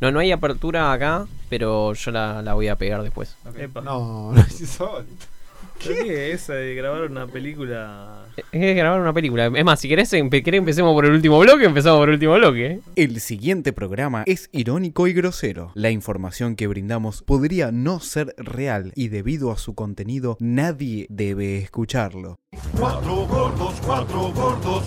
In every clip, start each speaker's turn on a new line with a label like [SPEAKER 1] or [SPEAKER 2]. [SPEAKER 1] No, no hay apertura acá, pero yo la, la voy a pegar después.
[SPEAKER 2] Ok.
[SPEAKER 3] Epa.
[SPEAKER 2] No, no es eso.
[SPEAKER 3] ¿Qué? es esa de grabar una película?
[SPEAKER 1] Es que grabar una película. Es más, si querés, empe- querés empecemos por el último bloque, empezamos por el último bloque. ¿eh?
[SPEAKER 4] El siguiente programa es irónico y grosero. La información que brindamos podría no ser real y debido a su contenido nadie debe escucharlo.
[SPEAKER 5] Cuatro gordos, cuatro gordos.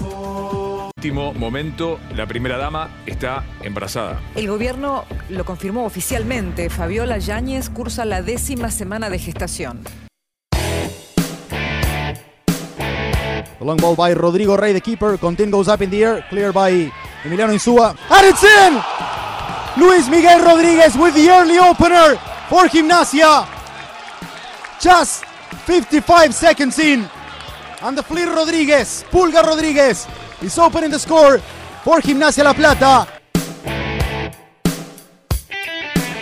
[SPEAKER 6] Último momento, la primera dama está embarazada.
[SPEAKER 7] El gobierno lo confirmó oficialmente. Fabiola Yáñez cursa la décima semana de gestación.
[SPEAKER 8] The long ball by Rodrigo Rey, the keeper. Contin goes up in the air, cleared by Emiliano Insúa. And it's in! Luis Miguel Rodríguez with the early opener for Gimnasia. Just 55 seconds in. And the flip Rodríguez, Pulga Rodríguez, is opening the score for Gimnasia La Plata.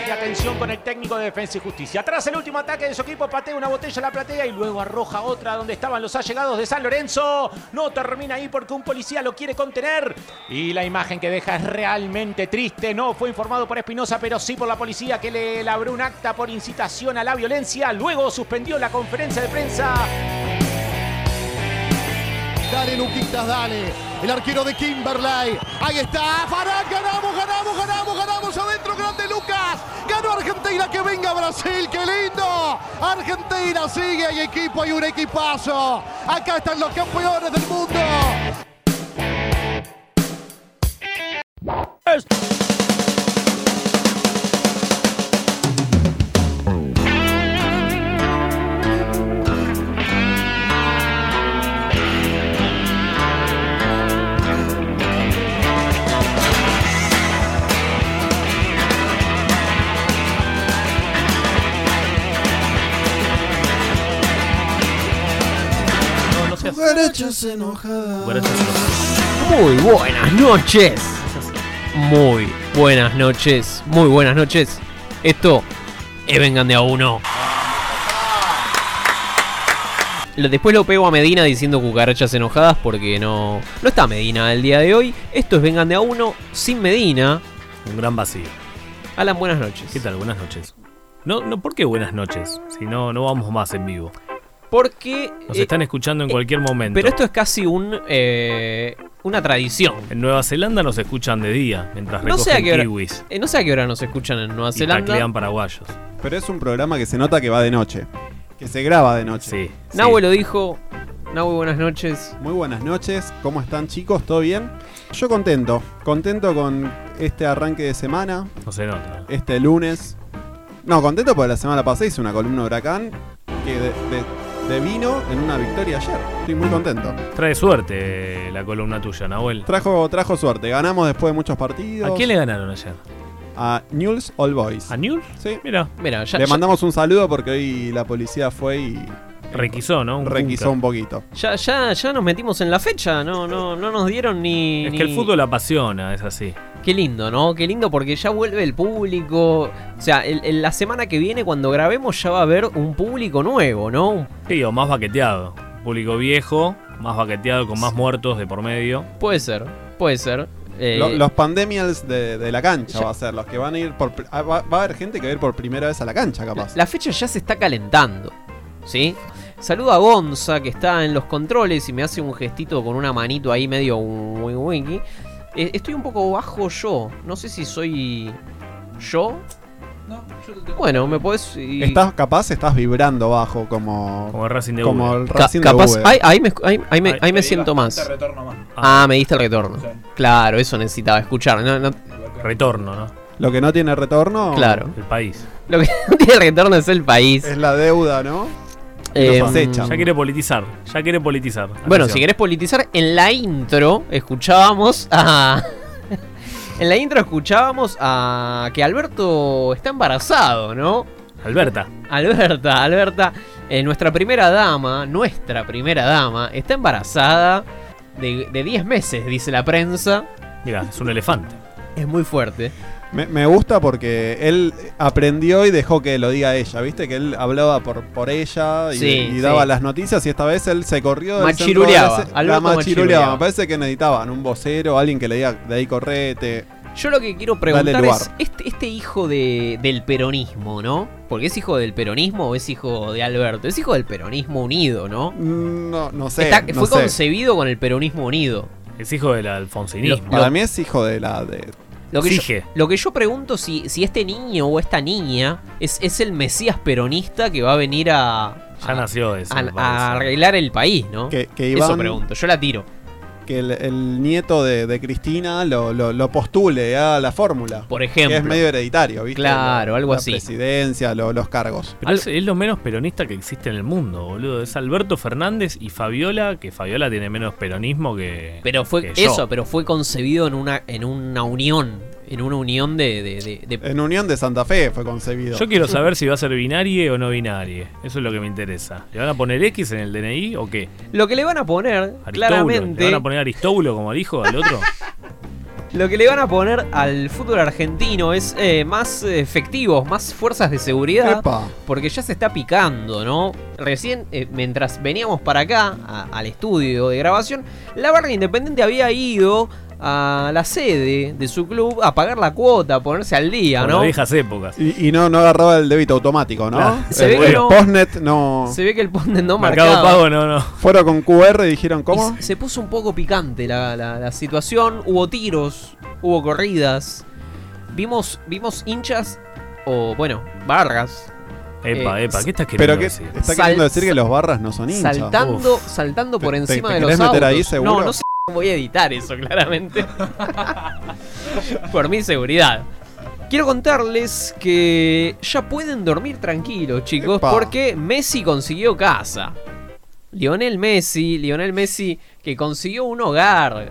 [SPEAKER 9] Y atención con el técnico de Defensa y Justicia. Atrás el último ataque de su equipo, patea una botella a la platea y luego arroja otra donde estaban los allegados de San Lorenzo. No termina ahí porque un policía lo quiere contener. Y la imagen que deja es realmente triste. No fue informado por Espinosa, pero sí por la policía que le labró un acta por incitación a la violencia. Luego suspendió la conferencia de prensa.
[SPEAKER 5] Dale, Luquitas, dale. El arquero de Kimberley. Ahí está. Farán, ganamos, ganamos, ganamos, ganamos. Adentro, grande Lucas. Ganó Argentina, que venga Brasil, qué lindo. Argentina sigue, hay equipo, hay un equipazo. Acá están los campeones del mundo.
[SPEAKER 3] No, no se hace. Guarachas enojadas.
[SPEAKER 1] Muy buenas noches. Muy buenas noches. Muy buenas noches. Esto es Vengan de a uno. Lo- Después lo pego a Medina diciendo cucarachas enojadas porque no, no está Medina el día de hoy. Esto es Vengan de a uno sin Medina.
[SPEAKER 3] Un gran vacío.
[SPEAKER 1] Alan, buenas noches.
[SPEAKER 3] ¿Qué tal? Buenas noches. No, no, ¿por qué buenas noches? Si no, no vamos más en vivo.
[SPEAKER 1] Porque...
[SPEAKER 3] Nos
[SPEAKER 1] eh,
[SPEAKER 3] están escuchando en cualquier momento.
[SPEAKER 1] pero esto es casi un eh, una tradición.
[SPEAKER 3] En Nueva Zelanda nos escuchan de día, mientras
[SPEAKER 1] No sé a
[SPEAKER 3] recogen
[SPEAKER 1] qué hora-
[SPEAKER 3] kiwis
[SPEAKER 1] Eh, no sé a qué hora nos escuchan en Nueva
[SPEAKER 3] y
[SPEAKER 1] Zelanda.
[SPEAKER 3] taclean paraguayos.
[SPEAKER 2] Pero es un programa que se nota que va de noche. Que se graba de noche.
[SPEAKER 3] Sí. sí.
[SPEAKER 1] Nahue lo dijo. Nahue, buenas noches.
[SPEAKER 2] Muy buenas noches, ¿cómo están chicos? ¿Todo bien? Yo contento, contento con este arranque de semana,
[SPEAKER 3] No se nota.
[SPEAKER 2] este lunes. No, contento porque la semana pasada hice una columna de huracán que de, de- de vino en una victoria ayer. Estoy muy contento.
[SPEAKER 3] Trae suerte eh, la columna tuya, Nahuel.
[SPEAKER 2] Trajo, trajo suerte, ganamos después de muchos partidos.
[SPEAKER 3] ¿A quién le ganaron ayer?
[SPEAKER 2] A Newell's All Boys.
[SPEAKER 3] ¿A Newell?
[SPEAKER 2] Sí.
[SPEAKER 3] Mira,
[SPEAKER 1] Mira, ya,
[SPEAKER 2] Le
[SPEAKER 1] ya-
[SPEAKER 2] mandamos un saludo porque hoy la policía fue y
[SPEAKER 3] requisó, ¿no? Un
[SPEAKER 2] requisó un
[SPEAKER 3] búnker.
[SPEAKER 2] poquito.
[SPEAKER 1] ya, ya, ya nos metimos en la fecha, no, no, no nos dieron ni.
[SPEAKER 3] Es que el
[SPEAKER 1] ni-
[SPEAKER 3] fútbol apasiona, es así.
[SPEAKER 1] Qué lindo, ¿no? Qué lindo porque ya vuelve el público. O sea, el- el- la semana que viene, cuando grabemos, ya va a haber un público nuevo, ¿no? Un-
[SPEAKER 3] Sí, o más baqueteado. Público viejo, más baqueteado con más muertos de por medio.
[SPEAKER 1] Puede ser, puede ser. Eh,
[SPEAKER 2] Lo- los pandemials de, de la cancha
[SPEAKER 1] ya-
[SPEAKER 2] va a ser, los que van a ir por... pri- ah, Va, va a haber gente que va a ir por primera vez a la cancha, capaz.
[SPEAKER 1] La fecha ya se está calentando, ¿sí? Saludo a Gonza, que está en los controles y me hace un gestito con una manito ahí medio wiki wiki. Eh, Estoy un poco bajo yo, no sé si soy yo. Bueno, me podés... y-
[SPEAKER 2] Estás capaz, estás vibrando bajo como,
[SPEAKER 3] Como el Racing de
[SPEAKER 2] como
[SPEAKER 3] Buda.
[SPEAKER 2] el
[SPEAKER 1] Ca-
[SPEAKER 2] Racing de
[SPEAKER 1] capaz,
[SPEAKER 2] V.
[SPEAKER 1] ahí, ahí me, escu- ahí- ahí me-
[SPEAKER 3] Ahí-
[SPEAKER 1] ahí me siento más. Ah, me diste el retorno.
[SPEAKER 9] Sí.
[SPEAKER 1] Claro, eso necesitaba escuchar. No, no-
[SPEAKER 3] Retorno, ¿no?
[SPEAKER 2] Lo que no tiene retorno
[SPEAKER 1] Claro.
[SPEAKER 3] El país.
[SPEAKER 1] Lo que no tiene retorno es el país.
[SPEAKER 2] es la deuda, ¿no?
[SPEAKER 1] Eh,
[SPEAKER 2] nos acechan.
[SPEAKER 3] Ya quiere politizar, ya quiere politizar.
[SPEAKER 1] Bueno,
[SPEAKER 3] Atención.
[SPEAKER 1] si querés politizar, en la intro escuchábamos a. en la intro escuchábamos a. que Alberto está embarazado, ¿no?
[SPEAKER 3] Alberta.
[SPEAKER 1] Alberta, Alberta, eh, nuestra primera dama, nuestra primera dama, está embarazada de de 10 meses, dice la prensa.
[SPEAKER 3] Mira, es un elefante.
[SPEAKER 1] Es muy fuerte.
[SPEAKER 2] Me, me gusta porque él aprendió y dejó que lo diga ella, ¿viste? Que él hablaba por, por ella y,
[SPEAKER 1] Sí,
[SPEAKER 2] y daba
[SPEAKER 1] sí.
[SPEAKER 2] las noticias y esta vez él se corrió del centro de
[SPEAKER 1] Machiruleaba,
[SPEAKER 2] la se-
[SPEAKER 1] Alberto
[SPEAKER 2] la machiruleaba.
[SPEAKER 1] machiruleaba.
[SPEAKER 2] Me parece que necesitaban un vocero, alguien que le diga de ahí correte.
[SPEAKER 1] Yo lo que quiero
[SPEAKER 2] Dale
[SPEAKER 1] preguntar
[SPEAKER 2] lugar.
[SPEAKER 1] es, este, este hijo de, del peronismo, ¿no? Porque es hijo del peronismo o es hijo de Alberto. Es hijo del peronismo unido, ¿no?
[SPEAKER 2] Mm, No, no sé.
[SPEAKER 1] Está-
[SPEAKER 2] no
[SPEAKER 1] fue
[SPEAKER 2] sé.
[SPEAKER 1] concebido con el peronismo unido.
[SPEAKER 3] Es hijo del alfonsinismo.
[SPEAKER 2] Para mí es hijo de la de.
[SPEAKER 1] Lo que, yo,
[SPEAKER 3] Exige.
[SPEAKER 1] lo que yo pregunto si, si este niño o esta niña es, es el Mesías peronista que va a venir a,
[SPEAKER 3] Ya
[SPEAKER 1] a-
[SPEAKER 3] nació eso.
[SPEAKER 1] a-
[SPEAKER 3] me parece.
[SPEAKER 1] a arreglar el país, ¿no?
[SPEAKER 2] Que, que
[SPEAKER 1] Eso
[SPEAKER 2] Iván-
[SPEAKER 1] pregunto, yo la tiro.
[SPEAKER 2] que el, el nieto de, de Cristina lo, lo- lo postule a la fórmula.
[SPEAKER 1] Por
[SPEAKER 2] Que es
[SPEAKER 1] ejemplo,
[SPEAKER 2] medio hereditario, ¿viste?
[SPEAKER 1] Claro,
[SPEAKER 2] La-
[SPEAKER 1] algo
[SPEAKER 2] la
[SPEAKER 1] así.
[SPEAKER 2] presidencia, lo- los cargos.
[SPEAKER 3] Pero es, es lo menos peronista que existe en el mundo, boludo. Es Alberto Fernández y Fabiola, que Fabiola tiene menos peronismo que.
[SPEAKER 1] pero fue
[SPEAKER 3] que yo.
[SPEAKER 1] eso, pero fue concebido en una en una unión, en una unión de, de- de- de-
[SPEAKER 2] En Unión de Santa Fe fue concebido.
[SPEAKER 3] Yo quiero saber si va a ser binarie o no binarie. Eso es lo que me interesa. ¿Le van a poner X en el DNI o qué?
[SPEAKER 1] lo que le van a poner
[SPEAKER 3] Aristóbulo. ¿Le
[SPEAKER 1] claramente
[SPEAKER 3] van a poner Aristóbulo como dijo al otro?
[SPEAKER 1] Lo que le van a poner al fútbol argentino es eh, más eh, efectivos, más fuerzas de seguridad.
[SPEAKER 2] Epa.
[SPEAKER 1] Porque ya se está picando, ¿no? Recién, eh, mientras veníamos para acá, a- al estudio de grabación, la barra independiente había ido a la sede de su club a pagar la cuota, a ponerse al día,
[SPEAKER 3] Por
[SPEAKER 1] ¿no?
[SPEAKER 3] las viejas épocas.
[SPEAKER 2] Y, y no, no agarraba el débito automático, ¿no?
[SPEAKER 3] Claro.
[SPEAKER 1] Se
[SPEAKER 2] el,
[SPEAKER 1] ve que
[SPEAKER 2] el
[SPEAKER 1] no-
[SPEAKER 2] Postnet no.
[SPEAKER 1] Se ve que el Ponte no
[SPEAKER 3] Mercado
[SPEAKER 1] marcaba.
[SPEAKER 3] Pago no, no.
[SPEAKER 2] Fueron con QR y dijeron,
[SPEAKER 1] Y
[SPEAKER 2] ¿cómo?
[SPEAKER 1] se- se puso un poco picante la, la- la situación. Hubo tiros, hubo corridas. Vimos, vimos hinchas o, bueno, barras
[SPEAKER 3] Epa,
[SPEAKER 1] Eh,
[SPEAKER 3] epa, ¿qué estás queriendo
[SPEAKER 2] Pero que
[SPEAKER 3] decir?
[SPEAKER 2] está
[SPEAKER 1] Sal-
[SPEAKER 2] queriendo decir que los barras no son hinchas.
[SPEAKER 1] saltando, saltando por
[SPEAKER 2] ¿Te- te-
[SPEAKER 1] encima
[SPEAKER 2] te
[SPEAKER 1] de los
[SPEAKER 2] querés
[SPEAKER 1] autos.
[SPEAKER 2] meter ahí, seguro?
[SPEAKER 1] No, no sé cómo voy a editar eso, claramente. por mi seguridad. Quiero contarles que ya pueden dormir tranquilos, chicos,
[SPEAKER 2] Epa.
[SPEAKER 1] porque Messi consiguió casa. Lionel Messi, Lionel Messi que consiguió un hogar.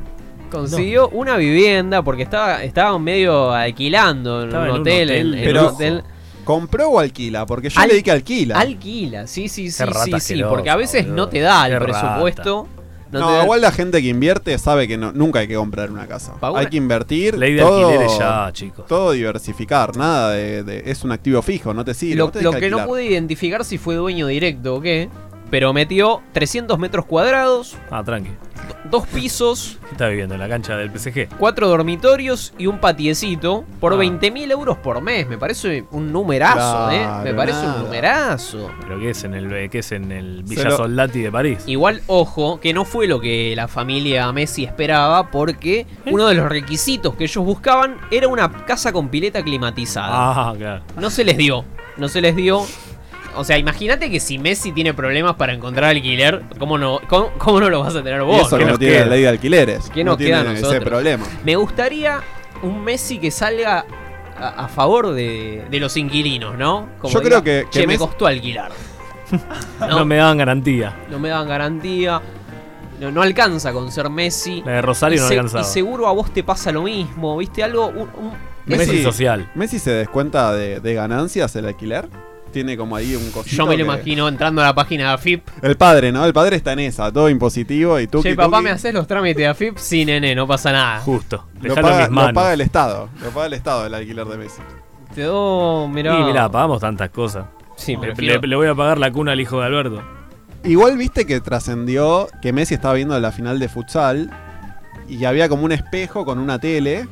[SPEAKER 1] Consiguió una vivienda porque estaba, estaba medio alquilando en
[SPEAKER 3] Estaba
[SPEAKER 1] un
[SPEAKER 3] en un
[SPEAKER 1] hotel. en-
[SPEAKER 3] hotel,
[SPEAKER 1] en
[SPEAKER 2] pero-
[SPEAKER 1] un hotel.
[SPEAKER 2] ¿Compró o alquila? Porque yo
[SPEAKER 1] Al-
[SPEAKER 2] le di que alquila.
[SPEAKER 1] Alquila, sí, sí, sí,
[SPEAKER 3] Qué rata
[SPEAKER 1] sí, sí,
[SPEAKER 3] asquerosa,
[SPEAKER 1] porque a veces
[SPEAKER 3] boludo.
[SPEAKER 1] no te da el
[SPEAKER 3] Qué
[SPEAKER 1] presupuesto. No,
[SPEAKER 2] no,
[SPEAKER 1] te da-
[SPEAKER 2] igual la gente que invierte sabe que no, nunca hay que comprar una casa.
[SPEAKER 1] Pa' una-
[SPEAKER 2] Hay que invertir.
[SPEAKER 3] Ley de
[SPEAKER 2] todo-
[SPEAKER 3] alquileres ya, chicos.
[SPEAKER 2] Todo diversificar, nada de, de- es un activo fijo, no te sirve.
[SPEAKER 1] lo,
[SPEAKER 2] no te
[SPEAKER 1] lo
[SPEAKER 2] deja
[SPEAKER 1] que no
[SPEAKER 2] alquilar.
[SPEAKER 1] pude identificar si fue dueño directo o qué, pero metió 300 metros cuadrados,
[SPEAKER 3] Ah, tranqui.
[SPEAKER 1] dos pisos,
[SPEAKER 3] ¿Qué está viviendo? ¿En la cancha del PSG?
[SPEAKER 1] cuatro dormitorios y un patiecito por
[SPEAKER 3] Ah.
[SPEAKER 1] 20 mil euros por mes. Me parece un numerazo,
[SPEAKER 2] Claro,
[SPEAKER 1] ¿eh? Me parece
[SPEAKER 2] nada.
[SPEAKER 1] un numerazo.
[SPEAKER 3] ¿Pero qué es en el, qué es en el Villa
[SPEAKER 2] lo-
[SPEAKER 3] Soldati de París?
[SPEAKER 1] Igual, ojo, que no fue lo que la familia Messi esperaba
[SPEAKER 3] ¿Eh?
[SPEAKER 1] porque uno de los requisitos que ellos buscaban era una casa con pileta climatizada.
[SPEAKER 3] Ah, claro.
[SPEAKER 1] No se les dio. No se les dio. O sea, imagínate que si Messi tiene problemas para encontrar alquiler, ¿cómo no, cómo, cómo no lo vas a tener
[SPEAKER 2] Y
[SPEAKER 1] vos?
[SPEAKER 2] eso
[SPEAKER 1] ¿Qué
[SPEAKER 2] que no
[SPEAKER 1] nos
[SPEAKER 2] tiene
[SPEAKER 1] queda?
[SPEAKER 2] la ley de alquileres.
[SPEAKER 1] ¿Qué
[SPEAKER 2] no
[SPEAKER 1] nos queda a
[SPEAKER 2] tiene ese
[SPEAKER 1] nosotros?
[SPEAKER 2] problema.
[SPEAKER 1] Me gustaría un Messi que salga a, a favor de, de los inquilinos, ¿no?
[SPEAKER 2] Yo creo que-
[SPEAKER 1] Che,
[SPEAKER 2] que
[SPEAKER 1] me
[SPEAKER 2] Messi-
[SPEAKER 1] costó alquilar.
[SPEAKER 3] No.
[SPEAKER 1] No,
[SPEAKER 3] me daban garantía.
[SPEAKER 1] no me dan garantía. No, no alcanza con ser Messi.
[SPEAKER 3] La de Rosario
[SPEAKER 1] Y
[SPEAKER 3] no
[SPEAKER 1] se-
[SPEAKER 3] alcanzaba.
[SPEAKER 1] y seguro a vos te pasa lo mismo, ¿viste? Algo. un- un-
[SPEAKER 3] Messi
[SPEAKER 2] Messi-
[SPEAKER 3] social.
[SPEAKER 2] ¿Messi se descuenta de, de ganancias el alquiler? Tiene como ahí un cosito.
[SPEAKER 1] yo me lo
[SPEAKER 2] que-
[SPEAKER 1] imagino entrando a la página de AFIP.
[SPEAKER 2] El padre, ¿no? El padre está en esa, todo impositivo y tú.
[SPEAKER 1] Che, papá, me haces los trámites de AFIP. Sí, nene, no pasa nada.
[SPEAKER 3] Justo.
[SPEAKER 2] Lo
[SPEAKER 3] Dejalo en
[SPEAKER 2] paga,
[SPEAKER 3] mis
[SPEAKER 2] lo paga
[SPEAKER 3] manos.
[SPEAKER 2] el Estado. Lo paga el Estado el alquiler de Messi.
[SPEAKER 1] Te doy, mirá.
[SPEAKER 3] Y mirá, pagamos tantas cosas.
[SPEAKER 1] Sí,
[SPEAKER 3] Le,
[SPEAKER 1] prefiero-
[SPEAKER 3] le- le voy a pagar la cuna al hijo de Alberto.
[SPEAKER 2] Igual viste que trascendió que Messi estaba viendo la final de futsal y había como un espejo con una tele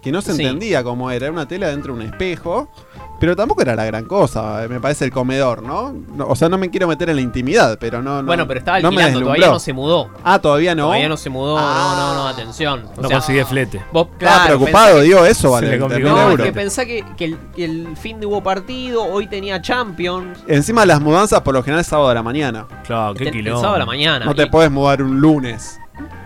[SPEAKER 2] que no se
[SPEAKER 1] Sí.
[SPEAKER 2] entendía cómo era. Era una tele adentro de un espejo, pero tampoco era la gran cosa. eh, Me parece el comedor, ¿no? No, o sea, no me quiero meter en la intimidad, pero no. no-
[SPEAKER 1] bueno, pero estaba
[SPEAKER 2] no me
[SPEAKER 1] alquilando, todavía
[SPEAKER 2] deslumbró.
[SPEAKER 1] no se mudó.
[SPEAKER 2] Ah, todavía no.
[SPEAKER 1] Todavía no se mudó, no, no, no, atención. O
[SPEAKER 3] No
[SPEAKER 1] sea,
[SPEAKER 3] consigue flete.
[SPEAKER 1] vos,
[SPEAKER 2] Estaba
[SPEAKER 1] claro,
[SPEAKER 2] preocupado,
[SPEAKER 1] pensá
[SPEAKER 2] digo, eso vale
[SPEAKER 3] le
[SPEAKER 2] 20.000
[SPEAKER 1] que-
[SPEAKER 3] complicó.
[SPEAKER 1] No, es
[SPEAKER 2] euros.
[SPEAKER 1] que pensá que, que el, que el fin de hubo partido, hoy tenía Champions.
[SPEAKER 2] Encima las mudanzas por lo general es sábado a la mañana.
[SPEAKER 3] Claro, qué
[SPEAKER 1] el, el
[SPEAKER 3] quilombo.
[SPEAKER 1] sábado a la mañana.
[SPEAKER 2] No te
[SPEAKER 1] Y
[SPEAKER 2] podés mudar un lunes.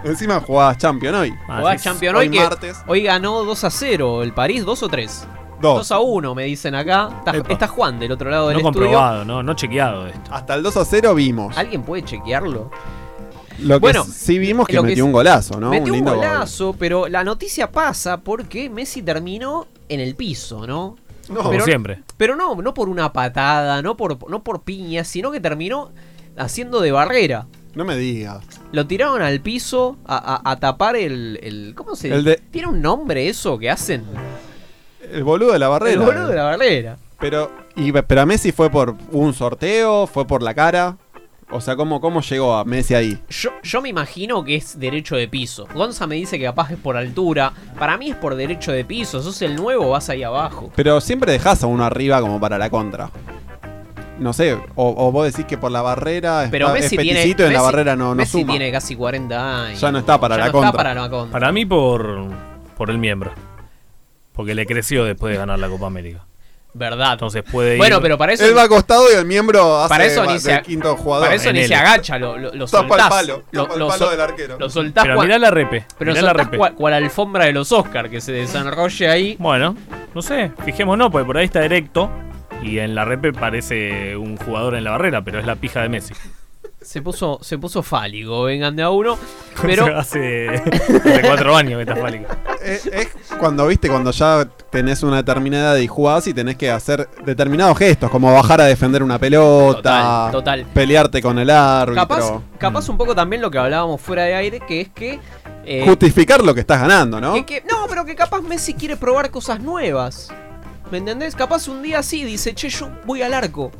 [SPEAKER 2] Encima jugabas Champion hoy.
[SPEAKER 3] Ah,
[SPEAKER 1] jugás
[SPEAKER 3] sí.
[SPEAKER 1] Champions
[SPEAKER 2] hoy
[SPEAKER 1] hoy, que
[SPEAKER 2] martes. Oh.
[SPEAKER 1] hoy ganó 2 a 0 el París, 2 o 3. 2
[SPEAKER 2] Dos.
[SPEAKER 1] a 1 me dicen acá. Está,
[SPEAKER 3] Epa.
[SPEAKER 1] está Juan del otro lado del
[SPEAKER 3] No
[SPEAKER 1] estudio.
[SPEAKER 3] comprobado, no, no chequeado esto.
[SPEAKER 2] Hasta el 2 a 0 vimos.
[SPEAKER 1] ¿Alguien puede chequearlo?
[SPEAKER 2] Lo que
[SPEAKER 1] Bueno,
[SPEAKER 2] sí vimos que
[SPEAKER 1] lo que
[SPEAKER 2] metió
[SPEAKER 1] sí-
[SPEAKER 2] un golazo, ¿no?
[SPEAKER 1] Metió
[SPEAKER 2] un
[SPEAKER 1] un
[SPEAKER 2] lindo gol.
[SPEAKER 1] golazo, pero la noticia pasa porque Messi terminó en el piso, ¿no?
[SPEAKER 2] No,
[SPEAKER 3] Como
[SPEAKER 1] pero-
[SPEAKER 3] siempre.
[SPEAKER 1] Pero no, no por una patada, no por, no por piña, sino que terminó haciendo de barrera.
[SPEAKER 2] no me digas.
[SPEAKER 1] Lo tiraron al piso a, a- a tapar el, el- ¿Cómo se
[SPEAKER 2] El
[SPEAKER 1] dice?
[SPEAKER 2] de-
[SPEAKER 1] ¿Tiene un nombre eso que hacen?
[SPEAKER 2] El boludo de la barrera.
[SPEAKER 1] El boludo de la barrera.
[SPEAKER 2] Pero, y, pero a Messi fue por un sorteo, fue por la cara. O sea, ¿cómo, cómo llegó a Messi ahí?
[SPEAKER 1] Yo, yo me imagino que es derecho de piso. Gonza me dice que capaz es por altura. Para mí es por derecho de piso. Sos el nuevo, vas ahí abajo.
[SPEAKER 2] Pero siempre dejas a uno arriba como para la contra. No sé, o, o vos decís que por la barrera es,
[SPEAKER 1] Pero
[SPEAKER 2] pa-
[SPEAKER 1] Messi
[SPEAKER 2] es
[SPEAKER 1] tiene.
[SPEAKER 2] peticito y en la
[SPEAKER 1] Messi-
[SPEAKER 2] barrera no, no
[SPEAKER 1] Messi
[SPEAKER 2] suma.
[SPEAKER 1] tiene casi 40 años.
[SPEAKER 2] Ya no está para
[SPEAKER 1] Ya
[SPEAKER 2] la
[SPEAKER 1] no
[SPEAKER 2] contra.
[SPEAKER 1] Está para la contra.
[SPEAKER 3] Para mí por, por el miembro. Porque le creció después de ganar la Copa América.
[SPEAKER 1] Verdad.
[SPEAKER 3] Entonces puede ir.
[SPEAKER 1] bueno, pero para eso.
[SPEAKER 2] Él va acostado y el miembro hace
[SPEAKER 1] Para eso ni
[SPEAKER 2] del
[SPEAKER 1] se-
[SPEAKER 2] quinto jugador.
[SPEAKER 1] Para eso
[SPEAKER 3] en
[SPEAKER 1] ni
[SPEAKER 3] él.
[SPEAKER 1] se agacha, lo, lo, lo
[SPEAKER 2] Tapa el
[SPEAKER 1] soltás.
[SPEAKER 2] palo,
[SPEAKER 1] Lo-
[SPEAKER 2] tapa el
[SPEAKER 1] lo
[SPEAKER 2] palo
[SPEAKER 1] sol-
[SPEAKER 2] del arquero.
[SPEAKER 1] Lo soltás
[SPEAKER 3] Pero
[SPEAKER 1] cua-
[SPEAKER 3] mirá la repe.
[SPEAKER 1] pero
[SPEAKER 3] mirá la
[SPEAKER 1] soltás
[SPEAKER 3] repe.
[SPEAKER 1] cua- cual alfombra de los Oscar que se desenrolle ahí.
[SPEAKER 3] Bueno, no sé, fijémonos, porque por ahí está directo. Y en la repe parece un jugador en la barrera, pero es la pija de Messi.
[SPEAKER 1] Se puso, se puso fálico, vengan de a uno. Pero
[SPEAKER 3] hace, hace cuatro años que está fálico.
[SPEAKER 2] Es, Eh, es cuando viste, cuando ya tenés una determinada edad y jugás y tenés que hacer determinados gestos, como bajar a defender una pelota,
[SPEAKER 1] Total, total.
[SPEAKER 2] pelearte con el árbitro.
[SPEAKER 1] capaz,
[SPEAKER 2] Mm.
[SPEAKER 1] capaz un poco también lo que hablábamos fuera de aire, que es que. eh,
[SPEAKER 2] Justificar lo que estás ganando, ¿no?
[SPEAKER 1] que- que- no, pero que capaz Messi quiere probar cosas nuevas. ¿Me entendés? Capaz un día sí dice, che, yo voy al arco.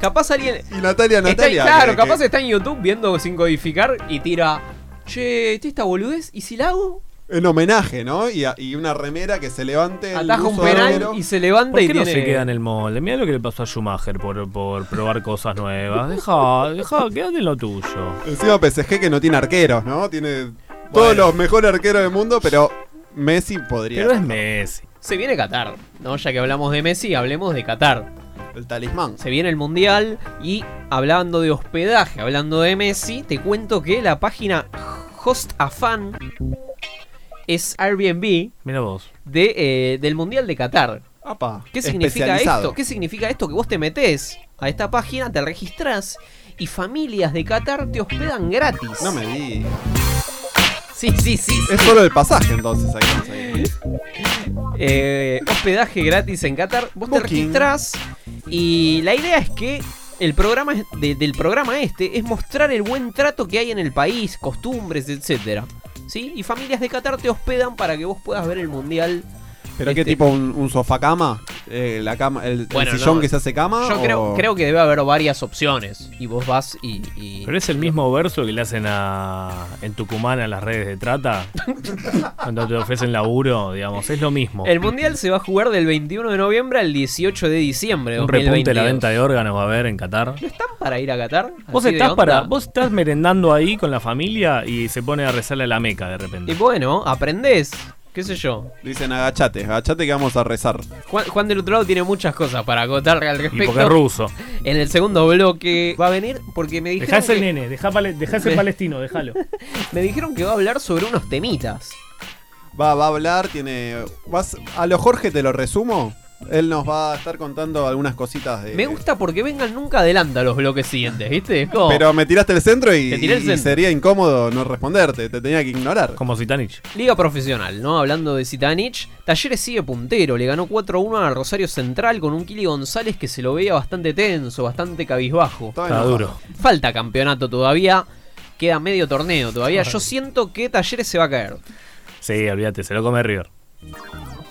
[SPEAKER 1] Capaz alguien.
[SPEAKER 2] Y Natalia,
[SPEAKER 1] Está-
[SPEAKER 2] Natalia. eh,
[SPEAKER 1] claro,
[SPEAKER 2] que-
[SPEAKER 1] capaz
[SPEAKER 2] que-
[SPEAKER 1] está en YouTube viendo sin codificar y tira. Che, ¿te esta boludez? ¿Y si la hago?
[SPEAKER 2] En homenaje, ¿no? Y, a- y una remera que se levante. el
[SPEAKER 1] Ataja un
[SPEAKER 2] buzo de
[SPEAKER 1] penal
[SPEAKER 2] arquero.
[SPEAKER 1] y se levanta
[SPEAKER 3] ¿Por
[SPEAKER 1] y
[SPEAKER 3] qué no
[SPEAKER 1] tiene.
[SPEAKER 3] se queda en el molde? Mira lo que le pasó a Schumacher por, por probar cosas nuevas. Deja, deja, quédate en lo tuyo.
[SPEAKER 2] Encima PSG que no tiene arqueros, ¿no? Tiene todos los mejores arqueros del mundo, pero Messi podría.
[SPEAKER 3] Pero es Messi.
[SPEAKER 1] Se viene Qatar, ¿no? Ya que hablamos de Messi, hablemos de Qatar.
[SPEAKER 2] El talismán.
[SPEAKER 1] Se viene el Mundial y hablando de hospedaje, hablando de Messi, te cuento que la página Host a Fan es Airbnb
[SPEAKER 3] Mira vos.
[SPEAKER 1] de, eh, del Mundial de Qatar.
[SPEAKER 2] Apa,
[SPEAKER 1] ¿Qué significa
[SPEAKER 2] especializado.
[SPEAKER 1] esto? ¿Qué significa esto? Que vos te metés a esta página, te registrás y familias de Qatar te hospedan gratis.
[SPEAKER 2] No me di.
[SPEAKER 1] Sí, sí, sí.
[SPEAKER 2] Es solo el pasaje entonces. hay que conseguir.
[SPEAKER 1] Eh, hospedaje gratis en Qatar. Vos te
[SPEAKER 2] Booking.
[SPEAKER 1] registrás y la idea es que el programa es- de- del programa este es mostrar el buen trato que hay en el país, costumbres, etcétera. ¿Sí? Y familias de Qatar te hospedan para que vos puedas ver el mundial.
[SPEAKER 2] ¿Pero qué
[SPEAKER 1] Este.
[SPEAKER 2] tipo? ¿Un, un sofá cama? Eh, la cama ¿El, el
[SPEAKER 1] Bueno,
[SPEAKER 2] sillón
[SPEAKER 1] no.
[SPEAKER 2] que se hace cama?
[SPEAKER 1] Yo creo,
[SPEAKER 2] o-
[SPEAKER 1] creo que debe haber varias opciones y vos vas y. y-
[SPEAKER 3] Pero es el mismo verso que le hacen a, en Tucumán a las redes de trata. cuando te ofrecen laburo, digamos. Es lo mismo.
[SPEAKER 1] El mundial se va a jugar del 21 de noviembre al 18 de diciembre. de
[SPEAKER 3] Un repunte de la
[SPEAKER 1] 2022.
[SPEAKER 3] venta de órganos va a haber en Qatar.
[SPEAKER 1] ¿No están para ir a Qatar?
[SPEAKER 3] Vos
[SPEAKER 1] Así de
[SPEAKER 3] estás
[SPEAKER 1] onda.
[SPEAKER 3] para, vos estás merendando ahí con la familia y se pone a rezarle a la Meca de
[SPEAKER 1] Y
[SPEAKER 3] repente.
[SPEAKER 1] bueno, aprendés. ¿Qué sé yo?
[SPEAKER 2] Dicen agachate, agachate que vamos a rezar.
[SPEAKER 1] Juan, Juan del otro lado tiene muchas cosas para acotar al
[SPEAKER 3] Y porque es
[SPEAKER 1] respecto.
[SPEAKER 3] ruso.
[SPEAKER 1] En el segundo bloque va a venir porque me
[SPEAKER 3] Dejá
[SPEAKER 1] dijeron,
[SPEAKER 3] ese
[SPEAKER 1] que,
[SPEAKER 3] nene, dejá, pale- dejá ese
[SPEAKER 1] Me-
[SPEAKER 3] palestino, déjalo.
[SPEAKER 1] me dijeron que va a hablar sobre unos temitas.
[SPEAKER 2] Va, va a hablar, tiene. Vas, a lo Jorge te lo resumo. Él nos va a estar contando algunas cositas de.
[SPEAKER 1] Me gusta porque vengan nunca adelanta los bloques siguientes, ¿viste? Es como-
[SPEAKER 2] Pero me tiraste el centro y,
[SPEAKER 1] Te tiré el
[SPEAKER 2] y
[SPEAKER 1] centro.
[SPEAKER 2] sería incómodo no responderte. Te tenía que ignorar.
[SPEAKER 3] Como Zitanich.
[SPEAKER 1] Liga profesional, ¿no? Hablando de Sitanich, Talleres sigue puntero, le ganó 4-1 a Rosario Central con un Kili González que se lo veía bastante tenso, bastante cabizbajo.
[SPEAKER 2] Estaba
[SPEAKER 3] Está
[SPEAKER 2] enojado.
[SPEAKER 3] duro.
[SPEAKER 1] Falta campeonato todavía, queda medio torneo todavía. Yo siento que Talleres se va a caer.
[SPEAKER 3] Sí, olvídate, se lo come River.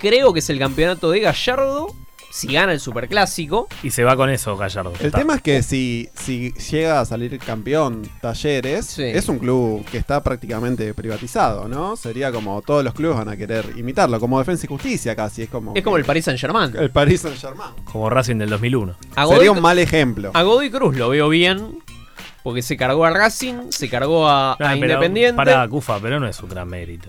[SPEAKER 1] Creo que es el campeonato de Gallardo. Si gana el superclásico,
[SPEAKER 3] Y se va con eso, Gallardo.
[SPEAKER 2] El
[SPEAKER 3] Está.
[SPEAKER 2] tema es que si, si llega a salir campeón Talleres,
[SPEAKER 1] Sí.
[SPEAKER 2] es un club que está prácticamente privatizado, ¿no? Sería como todos los clubes van a querer imitarlo, como Defensa y Justicia casi. Es como,
[SPEAKER 1] es como el Paris Saint Germain.
[SPEAKER 2] el Paris Saint Germain.
[SPEAKER 3] Como Racing del 2001.
[SPEAKER 1] A Godoy,
[SPEAKER 2] Sería un mal ejemplo.
[SPEAKER 1] a Godoy Cruz lo veo bien. Porque se cargó a Racing, se cargó a, a
[SPEAKER 3] Ah, pero-
[SPEAKER 1] Independiente.
[SPEAKER 3] Pará, Cufa, pero no es un gran mérito.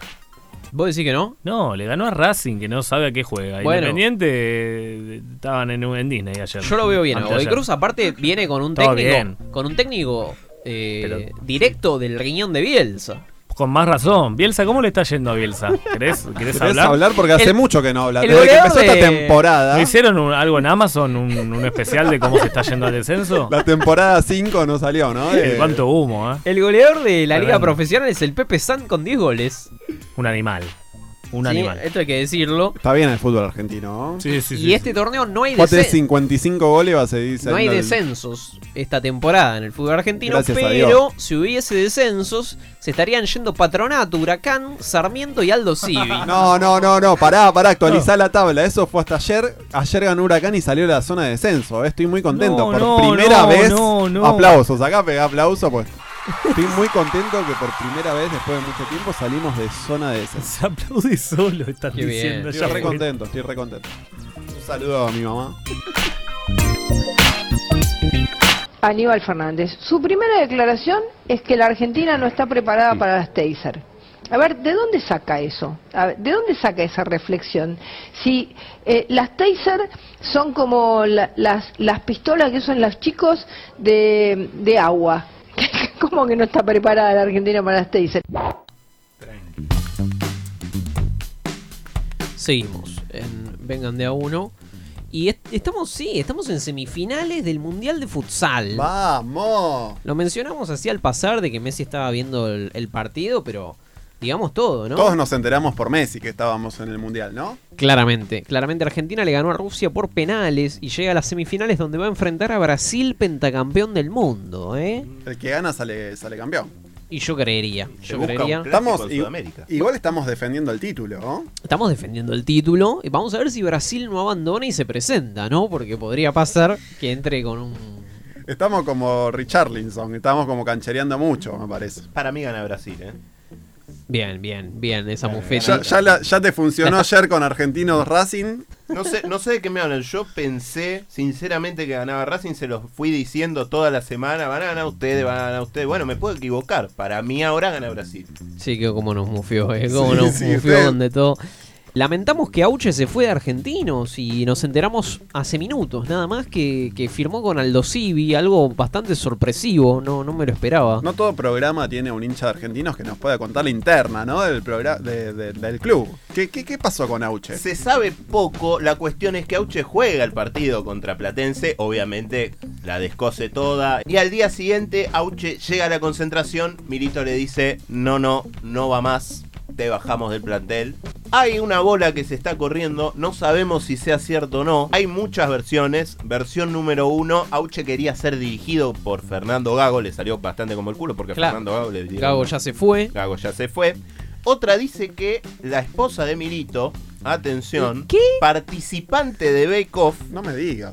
[SPEAKER 1] ¿Vos decís que no?
[SPEAKER 3] No, le ganó a Racing, que no sabe a qué juega.
[SPEAKER 1] Bueno.
[SPEAKER 3] Independiente eh, estaban en, en Disney ayer.
[SPEAKER 1] Yo lo veo bien. A Godoy
[SPEAKER 3] Anteayer.
[SPEAKER 1] Cruz, aparte, viene con un
[SPEAKER 3] Todo
[SPEAKER 1] técnico.
[SPEAKER 3] bien.
[SPEAKER 1] Con un técnico eh,
[SPEAKER 3] Pero-
[SPEAKER 1] directo del riñón de Bielsa.
[SPEAKER 3] Con más razón. Bielsa, ¿cómo le está yendo a Bielsa? ¿Querés, querés
[SPEAKER 2] ¿Querés
[SPEAKER 3] hablar?
[SPEAKER 2] hablar? porque hace
[SPEAKER 1] El-
[SPEAKER 2] mucho que no habla.
[SPEAKER 1] el
[SPEAKER 2] Desde que
[SPEAKER 1] goleador
[SPEAKER 2] empezó esta
[SPEAKER 1] de-
[SPEAKER 2] temporada,
[SPEAKER 3] ¿No hicieron un- algo en Amazon, un, un especial de cómo se está yendo al descenso?
[SPEAKER 2] la temporada 5 no salió, ¿no?
[SPEAKER 3] Eh,
[SPEAKER 2] Eh,
[SPEAKER 3] ¿Cuánto humo, eh?
[SPEAKER 1] El goleador de la Liga
[SPEAKER 3] Tremendo.
[SPEAKER 1] Profesional es el Pepe San con 10 goles.
[SPEAKER 3] Un animal. Un
[SPEAKER 1] ¿sí? eh,
[SPEAKER 3] animal.
[SPEAKER 1] Esto hay que decirlo.
[SPEAKER 2] Está bien el fútbol argentino. ¿no?
[SPEAKER 3] Sí, sí,
[SPEAKER 1] y
[SPEAKER 3] sí,
[SPEAKER 1] este
[SPEAKER 3] sí.
[SPEAKER 1] torneo no hay
[SPEAKER 2] Fue a tener
[SPEAKER 1] descenso.
[SPEAKER 2] 55 goles, va a seguir
[SPEAKER 1] No hay
[SPEAKER 2] saliendo el-
[SPEAKER 1] descensos esta temporada en el fútbol argentino,
[SPEAKER 2] Gracias a
[SPEAKER 1] pero
[SPEAKER 2] Dios.
[SPEAKER 1] si hubiese descensos, se estarían yendo Patronato, Huracán, Sarmiento y Aldo Civi.
[SPEAKER 2] No, no, no, no, pará, pará, actualizá la tabla. Eso fue hasta ayer. Ayer ganó Huracán y salió de la zona de descenso. Eh, Estoy muy contento.
[SPEAKER 3] No,
[SPEAKER 2] por
[SPEAKER 3] no,
[SPEAKER 2] primera
[SPEAKER 3] no,
[SPEAKER 2] vez.
[SPEAKER 3] no, no.
[SPEAKER 2] Aplausos, acá pega aplauso, pues. Estoy muy contento que por primera vez, después de mucho tiempo, salimos de zona de descenso.
[SPEAKER 3] Se aplaude solo, estás
[SPEAKER 1] Qué bien.
[SPEAKER 3] diciendo
[SPEAKER 2] Estoy re
[SPEAKER 3] ya.
[SPEAKER 2] contento, estoy re contento. Un saludo a mi mamá.
[SPEAKER 10] Aníbal Fernández. Su primera declaración es que la Argentina no está preparada para las taser. A ver, ¿de dónde saca eso? A ver, ¿De dónde saca esa reflexión? Si eh, las taser son como la- las, las pistolas que usan los chicos de, de agua. ¿Cómo que no está preparada la Argentina para las taser?
[SPEAKER 1] Seguimos en Vengan de a uno. Y est- estamos, sí, estamos en semifinales del Mundial de Futsal.
[SPEAKER 2] ¡Vamos!
[SPEAKER 1] Lo mencionamos así al pasar de que Messi estaba viendo el, el partido, pero digamos todo, ¿no?
[SPEAKER 2] Todos nos enteramos por Messi que estábamos en el mundial, ¿no?
[SPEAKER 1] Claramente, claramente Argentina le ganó a Rusia por penales y llega a las semifinales donde va a enfrentar a Brasil, pentacampeón del mundo, ¿eh?
[SPEAKER 2] El que gana sale, sale campeón.
[SPEAKER 1] Y yo creería, yo
[SPEAKER 11] busca
[SPEAKER 1] creería.
[SPEAKER 11] un
[SPEAKER 2] Estamos
[SPEAKER 11] Clásico de
[SPEAKER 2] i-
[SPEAKER 11] Sudamérica.
[SPEAKER 2] igual estamos defendiendo el título, ¿no?
[SPEAKER 1] Estamos defendiendo el título y vamos a ver si Brasil no abandona y se presenta, ¿no? Porque podría pasar que entre con un...
[SPEAKER 2] Estamos como Richarlinson, estamos como canchereando mucho, me parece.
[SPEAKER 11] Para mí gana Brasil, ¿eh?
[SPEAKER 1] Bien, bien, bien, esa
[SPEAKER 2] Ya,
[SPEAKER 1] mufeta.
[SPEAKER 2] ya la- ya te funcionó ayer con Argentinos Racing.
[SPEAKER 11] No sé, no sé de qué me hablan. Yo pensé, sinceramente, que ganaba Racing. Se los fui diciendo toda la semana. Van a ganar ustedes, van a ganar ustedes. Bueno, me puedo equivocar. Para mí ahora gana Brasil.
[SPEAKER 1] Sí, que como nos mufió, ¿eh? Como
[SPEAKER 2] Sí,
[SPEAKER 1] nos
[SPEAKER 2] sí,
[SPEAKER 1] mufió
[SPEAKER 2] usted-
[SPEAKER 1] donde todo. Lamentamos que Auche se fue de Argentinos y nos enteramos hace minutos, nada más que, que firmó con Aldo Civi, algo bastante sorpresivo, no, no me lo esperaba.
[SPEAKER 2] No todo programa tiene un hincha de argentinos que nos pueda contar la interna, ¿no? Del, progra- de- de- del club. ¿Qué, qué, qué pasó con Auche?
[SPEAKER 11] Se sabe poco. La cuestión es que Auche juega el partido contra Platense. Obviamente la descose toda. Y al día siguiente, Auche llega a la concentración. Milito le dice: No, no, no va más. Te bajamos del plantel. Hay una bola que se está corriendo, no sabemos si sea cierto o no. Hay muchas versiones. Versión número uno, Auche quería ser dirigido por Fernando Gago, le salió bastante como el culo porque
[SPEAKER 1] Claro.
[SPEAKER 11] Fernando Gago le dirigió.
[SPEAKER 1] Gago ya se fue.
[SPEAKER 11] Gago ya se fue. Otra dice que la esposa de Milito, atención,
[SPEAKER 1] ¿Qué?
[SPEAKER 11] participante de Bake Off,
[SPEAKER 2] No me digas.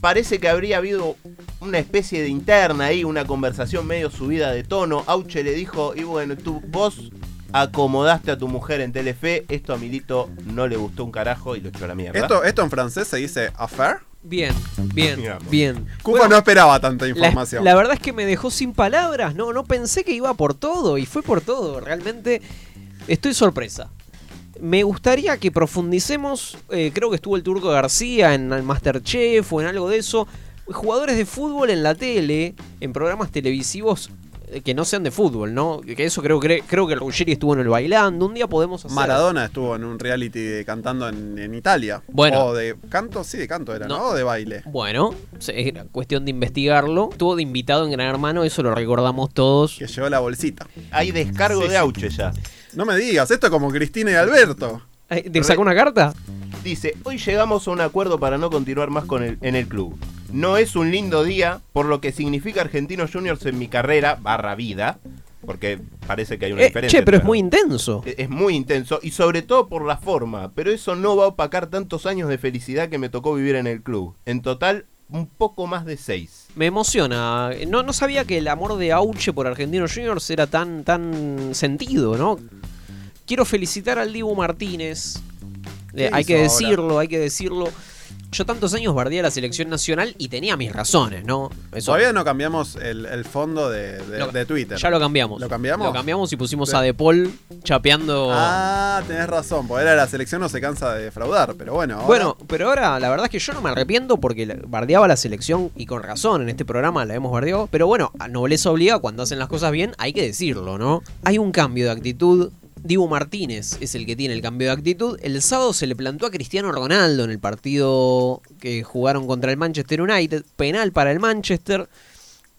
[SPEAKER 11] parece que habría habido una especie de interna ahí, una conversación medio subida de tono. Auche le dijo, y bueno, tú, vos acomodaste a tu mujer en Telefe, esto a Milito no le gustó un carajo y lo echó a la mierda.
[SPEAKER 2] ¿Esto, esto en francés se dice affair?
[SPEAKER 1] Bien, bien,
[SPEAKER 11] Digamos.
[SPEAKER 1] bien.
[SPEAKER 2] Cuba
[SPEAKER 1] Bueno,
[SPEAKER 2] no esperaba tanta
[SPEAKER 1] La,
[SPEAKER 2] información.
[SPEAKER 1] la verdad es que me dejó sin palabras, no, no pensé que iba por todo y fue por todo. Realmente estoy sorpresa. Me gustaría que profundicemos, eh, creo que estuvo el Turco García en el Masterchef o en algo de eso, jugadores de fútbol en la tele, en programas televisivos eh, que no sean de fútbol, ¿no? Que eso creo, cre- creo que Ruggeri estuvo en el bailando, un día podemos hacer...
[SPEAKER 2] Maradona estuvo en un reality de- cantando en, en Italia.
[SPEAKER 1] Bueno.
[SPEAKER 2] O de canto, sí, de canto era, ¿no?
[SPEAKER 1] No.
[SPEAKER 2] O de baile.
[SPEAKER 1] Bueno, se- era cuestión de investigarlo. Estuvo de invitado en Gran Hermano, eso lo recordamos todos.
[SPEAKER 2] Que llevó la bolsita.
[SPEAKER 11] Hay descargo de Auche ya.
[SPEAKER 2] No me digas, esto es como Cristina y Alberto.
[SPEAKER 1] Eh, ¿Te sacó una carta?
[SPEAKER 11] Dice, hoy llegamos a un acuerdo para no continuar más con el, en el club. No es un lindo día, por lo que significa Argentinos Juniors en mi carrera, barra vida, porque parece que hay una
[SPEAKER 1] Eh,
[SPEAKER 11] diferencia.
[SPEAKER 1] che, pero es
[SPEAKER 11] entre-
[SPEAKER 1] muy intenso.
[SPEAKER 11] E- Es muy intenso y sobre todo por la forma, pero eso no va a opacar tantos años de felicidad que me tocó vivir en el club. En total, un poco más de seis.
[SPEAKER 1] Me emociona. No, no sabía que el amor de Auche por Argentinos Juniors era tan, tan sentido, ¿no? Quiero felicitar al Dibu Martínez. Eh,
[SPEAKER 2] ¿Qué
[SPEAKER 1] hay que
[SPEAKER 2] hizo ahora?
[SPEAKER 1] decirlo, hay que decirlo. Yo tantos años bardeé a la selección nacional y tenía mis razones, ¿no? Eso-
[SPEAKER 2] Todavía no cambiamos el, el fondo de, de-
[SPEAKER 1] Lo-
[SPEAKER 2] de Twitter.
[SPEAKER 1] Ya lo cambiamos.
[SPEAKER 2] ¿Lo cambiamos?
[SPEAKER 1] Lo cambiamos y pusimos
[SPEAKER 2] Sí.
[SPEAKER 1] a De Paul chapeando.
[SPEAKER 2] Ah, tenés razón, porque ahora la selección no se cansa de defraudar, pero bueno. ahora-
[SPEAKER 1] Bueno, pero ahora la verdad es que yo no me arrepiento porque la- bardeaba la selección y con razón en este programa la hemos bardeado. Pero bueno, a nobleza obliga cuando hacen las cosas bien, hay que decirlo, ¿no? Hay un cambio de actitud. Dibu Martínez es el que tiene el cambio de actitud. El sábado se le plantó a Cristiano Ronaldo en el partido que jugaron contra el Manchester United. Penal para el Manchester.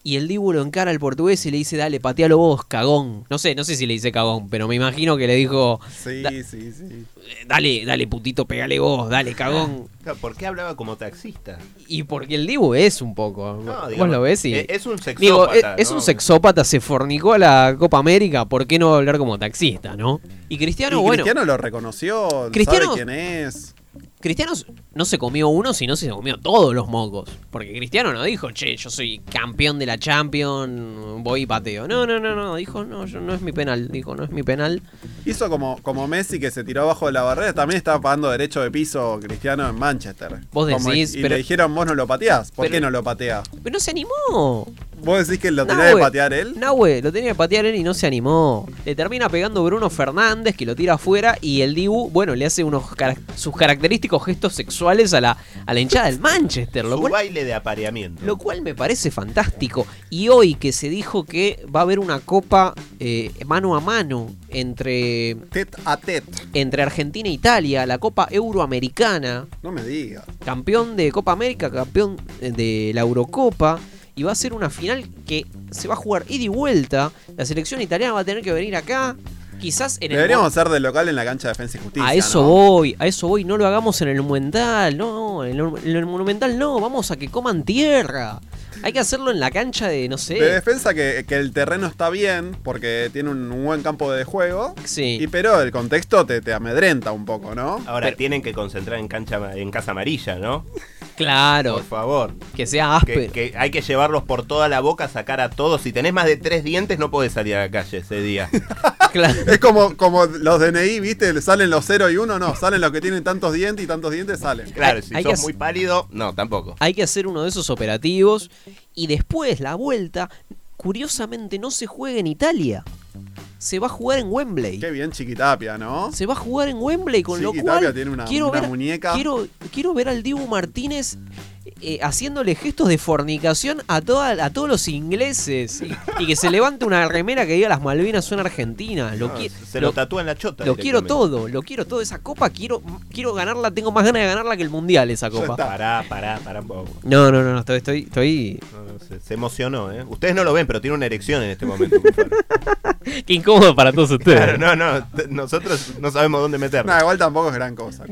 [SPEAKER 1] Y el Dibu lo encara al portugués y le dice, dale, patealo vos, cagón. No sé, no sé si le dice cagón, pero me imagino que le dijo,
[SPEAKER 11] Sí,
[SPEAKER 1] da-
[SPEAKER 11] sí, sí.
[SPEAKER 1] dale, dale, putito, pegale vos, dale, cagón.
[SPEAKER 11] ¿Por qué hablaba como taxista?
[SPEAKER 1] Y porque el Dibu es un poco. vos
[SPEAKER 11] digamos,
[SPEAKER 1] lo ves y.
[SPEAKER 11] e- es un sexópata,
[SPEAKER 1] Digo, e- es,
[SPEAKER 11] ¿no?
[SPEAKER 1] un sexópata, se fornicó a la Copa América, ¿por qué no hablar como taxista, no? Y Cristiano,
[SPEAKER 2] Y
[SPEAKER 1] bueno.
[SPEAKER 2] Cristiano lo reconoció,
[SPEAKER 1] Cristiano-
[SPEAKER 2] sabe quién es.
[SPEAKER 1] Cristiano no se comió uno, sino se comió todos los mocos. Porque Cristiano no dijo, che, yo soy campeón de la Champions, voy y pateo. No, no, no, no. Dijo, no, yo, no es mi penal. Dijo, no es mi penal.
[SPEAKER 2] Hizo como, como Messi que se tiró abajo de la barrera, también estaba pagando derecho de piso Cristiano en Manchester.
[SPEAKER 1] Vos
[SPEAKER 2] Como-
[SPEAKER 1] decís,
[SPEAKER 2] y
[SPEAKER 1] pero-
[SPEAKER 2] le dijeron, vos no lo pateás, ¿por
[SPEAKER 1] pero-
[SPEAKER 2] qué no lo patea?
[SPEAKER 1] Pero no se animó.
[SPEAKER 2] ¿Vos decís que lo tenía que
[SPEAKER 1] Nahue,
[SPEAKER 2] patear él?
[SPEAKER 1] Nahue, lo tenía que patear él y no se animó. Le termina pegando Bruno Fernández, que lo tira afuera, y el Dibu, bueno, le hace unos cara- sus característicos gestos sexuales a la, a la hinchada del Manchester. Lo
[SPEAKER 11] Su
[SPEAKER 1] cual,
[SPEAKER 11] baile de apareamiento.
[SPEAKER 1] lo cual me parece fantástico. Y hoy que se dijo que va a haber una copa eh, mano a mano entre.
[SPEAKER 2] a tet.
[SPEAKER 1] Entre Argentina e Italia, la Copa Euroamericana
[SPEAKER 2] No me digas.
[SPEAKER 1] campeón de Copa América, campeón eh, de la Eurocopa. Y va a ser una final que se va a jugar ida y vuelta. La selección italiana va a tener que venir acá. Quizás en el.
[SPEAKER 2] Deberíamos ser de local en la cancha de defensa y justicia.
[SPEAKER 1] A eso
[SPEAKER 2] ¿no?
[SPEAKER 1] voy, a eso voy. No lo hagamos en el Monumental. No, en el, en el Monumental no. Vamos a que coman tierra. Hay que hacerlo en la cancha de, no sé.
[SPEAKER 2] De defensa que, que el terreno está bien porque tiene un, un buen campo de juego.
[SPEAKER 1] Sí.
[SPEAKER 2] Y pero el contexto te, te amedrenta un poco, ¿no?
[SPEAKER 11] Ahora tienen que concentrar en cancha ama- en Casa Amarilla, ¿no?
[SPEAKER 1] Claro.
[SPEAKER 11] Por favor.
[SPEAKER 1] Que sea áspero.
[SPEAKER 11] Que, hay que llevarlos por toda la boca, sacar a todos. Si tenés más de tres dientes, no podés salir a la calle ese día.
[SPEAKER 2] Es como, como los DNI, ¿viste? Salen los 0 y 1, no, salen los que tienen tantos dientes y tantos dientes salen.
[SPEAKER 11] Claro, si
[SPEAKER 1] Hay que
[SPEAKER 11] sos
[SPEAKER 1] hac-
[SPEAKER 11] muy pálido, no, tampoco.
[SPEAKER 1] Hay que hacer uno de esos operativos. Y después, la vuelta, curiosamente, no se juega en Italia. Se va a jugar en Wembley.
[SPEAKER 2] Qué bien Chiquitapia, ¿no?
[SPEAKER 1] Se va a jugar en Wembley, con lo
[SPEAKER 2] Chiquitapia
[SPEAKER 1] cual
[SPEAKER 2] tiene una-
[SPEAKER 1] quiero,
[SPEAKER 2] una
[SPEAKER 1] ver,
[SPEAKER 2] muñeca.
[SPEAKER 1] Quiero, quiero ver al Dibu Martínez eh, haciéndole gestos de fornicación a, toda, a todos los ingleses. Y, y que se levante una remera que diga las Malvinas son argentinas. Lo
[SPEAKER 11] No,
[SPEAKER 1] qui-
[SPEAKER 11] se lo, tatúa en la chota.
[SPEAKER 1] lo quiero
[SPEAKER 11] directamente.
[SPEAKER 1] todo, lo quiero todo. Esa copa quiero, quiero ganarla, tengo más ganas de ganarla que el mundial esa
[SPEAKER 11] Ya está.
[SPEAKER 1] copa.
[SPEAKER 11] Pará, pará, pará un poco.
[SPEAKER 1] No, no, no, no, estoy, estoy, estoy-
[SPEAKER 11] No, no, se, se emocionó, ¿eh? Ustedes no lo ven, pero tiene una erección en este momento.
[SPEAKER 1] Qué incómodo para todos ustedes.
[SPEAKER 11] Claro, no, no. t- Nosotros no sabemos dónde meterlo.
[SPEAKER 2] No, igual tampoco es gran cosa.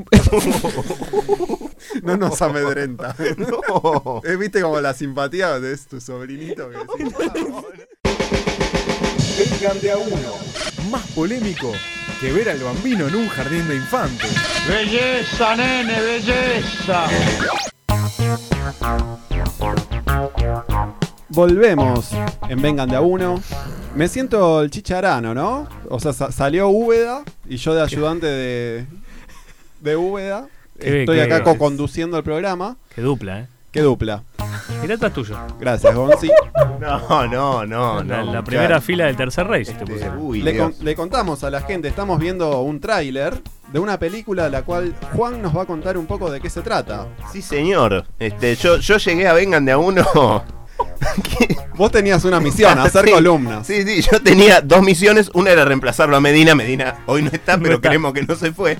[SPEAKER 2] No nos amedrenta. Eh, ¿Viste como la simpatía de tu sobrinito? Que decís,
[SPEAKER 4] Vengan de a uno. Más polémico que ver al bambino en un jardín de infantes.
[SPEAKER 5] Belleza, nene, belleza.
[SPEAKER 2] Volvemos en Vengan de a uno. Me siento el chicharano, ¿no? O sea, sa- salió Úbeda y yo de ayudante de, de Úbeda.
[SPEAKER 3] Qué-
[SPEAKER 2] Estoy
[SPEAKER 3] qué-
[SPEAKER 2] acá co-conduciendo el programa.
[SPEAKER 3] Qué dupla, ¿eh?
[SPEAKER 2] Qué dupla.
[SPEAKER 3] Pirata es tuyo.
[SPEAKER 2] Gracias, Gonzi.
[SPEAKER 11] No, no, no.
[SPEAKER 3] La,
[SPEAKER 11] no.
[SPEAKER 3] la primera
[SPEAKER 11] Claro.
[SPEAKER 3] fila del tercer race te
[SPEAKER 2] Este,
[SPEAKER 3] pusieron.
[SPEAKER 11] Uy,
[SPEAKER 2] Le,
[SPEAKER 11] Dios.
[SPEAKER 2] con- le contamos a la gente, estamos viendo un tráiler de una película de la cual Juan nos va a contar un poco de qué se trata.
[SPEAKER 11] Sí, señor. Este, yo, yo llegué a Vengan de a uno.
[SPEAKER 2] Vos tenías una misión, hacer
[SPEAKER 11] Sí,
[SPEAKER 2] columnas.
[SPEAKER 11] Sí, sí, yo tenía dos misiones. Una era reemplazarlo a Medina. Medina hoy no está, pero creemos que no se fue.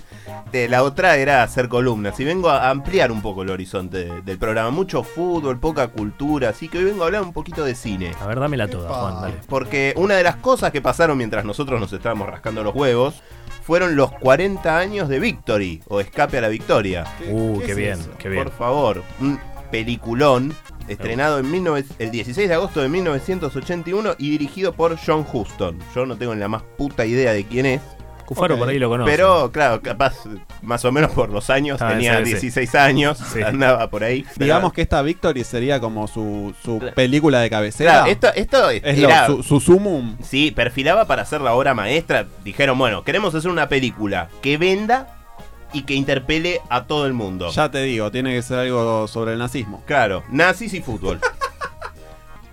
[SPEAKER 11] Eh, la otra era hacer columnas. Y vengo a ampliar un poco el horizonte de- del programa. Mucho fútbol, poca cultura. Así que hoy vengo a hablar un poquito de cine.
[SPEAKER 3] A ver, dámela toda, Juan, dale.
[SPEAKER 11] Porque una de las cosas que pasaron mientras nosotros nos estábamos rascando los huevos fueron los 40 años de Victory o Escape a la Victoria.
[SPEAKER 3] Uh,
[SPEAKER 2] qué
[SPEAKER 3] qué
[SPEAKER 2] es
[SPEAKER 3] bien,
[SPEAKER 2] eso?
[SPEAKER 3] qué bien.
[SPEAKER 11] Por favor, un peliculón estrenado en 19 el 16 de agosto de 1981 y dirigido por John Huston. Yo no tengo ni la más puta idea de quién es,
[SPEAKER 3] Cufaro
[SPEAKER 2] Ok.
[SPEAKER 3] por ahí lo conoce.
[SPEAKER 11] pero claro, capaz más o menos por los años,
[SPEAKER 3] Ah,
[SPEAKER 11] tenía
[SPEAKER 3] sí, sí.
[SPEAKER 11] 16 años,
[SPEAKER 3] Sí.
[SPEAKER 11] andaba por ahí.
[SPEAKER 2] Digamos que esta Victory sería como su, su película de cabecera.
[SPEAKER 11] Claro, esto, esto
[SPEAKER 2] Ah. es lo-
[SPEAKER 11] era-
[SPEAKER 2] su, su sumum.
[SPEAKER 11] Sí, perfilaba para hacer la obra maestra. Dijeron, bueno, queremos hacer una película que venda y que interpele a todo el mundo.
[SPEAKER 2] Ya te digo, tiene que ser algo sobre el nazismo.
[SPEAKER 11] Claro, nazis y fútbol.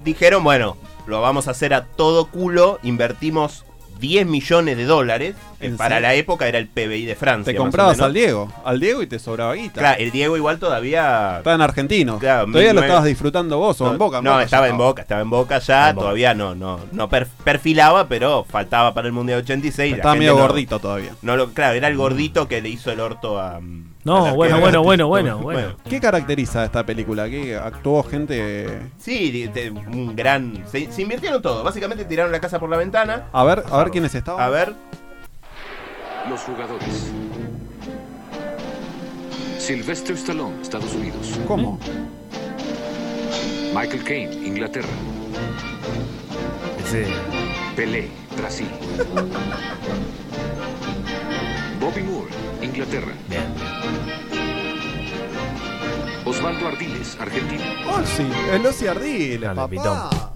[SPEAKER 11] Dijeron, bueno, lo vamos a hacer a todo culo, invertimos 10 millones de dólares, que
[SPEAKER 2] ¿En
[SPEAKER 11] para
[SPEAKER 2] serio?
[SPEAKER 11] la época era el PBI de Francia.
[SPEAKER 2] Te
[SPEAKER 11] más o
[SPEAKER 2] comprabas
[SPEAKER 11] menos.
[SPEAKER 2] al Diego, al Diego y te sobraba guita.
[SPEAKER 11] Claro, el Diego igual todavía...
[SPEAKER 2] Estaban argentinos.
[SPEAKER 11] Claro,
[SPEAKER 2] Todavía lo
[SPEAKER 11] me-
[SPEAKER 2] estabas disfrutando vos o en Boca. en
[SPEAKER 11] no,
[SPEAKER 2] Boca ya
[SPEAKER 11] estaba en Boca, estaba en Boca ya,
[SPEAKER 2] En Boca.
[SPEAKER 11] todavía no, no, no per- perfilaba, pero faltaba para el Mundial 86. la
[SPEAKER 2] Estaba
[SPEAKER 11] gente
[SPEAKER 2] medio
[SPEAKER 11] no-
[SPEAKER 2] gordito todavía.
[SPEAKER 11] No lo, claro, era el gordito que le hizo el orto a, mm,
[SPEAKER 3] No, bueno, bueno, bueno, bueno, bueno.
[SPEAKER 2] ¿Qué caracteriza a esta película? ¿Qué actuó gente?
[SPEAKER 11] Sí, de- de- un gran. Se, se invirtieron todo. Básicamente tiraron la casa por la ventana.
[SPEAKER 2] A ver, a ver quiénes estaban.
[SPEAKER 11] A ver.
[SPEAKER 6] Los jugadores. Sylvester Stallone, Estados Unidos.
[SPEAKER 2] ¿Cómo?
[SPEAKER 6] Michael Caine, Inglaterra. Pelé, Brasil. Bobby Moore, Inglaterra. Osvaldo Ardiles, Argentina.
[SPEAKER 2] Oh, sí, es Lucy Ardiles, papá.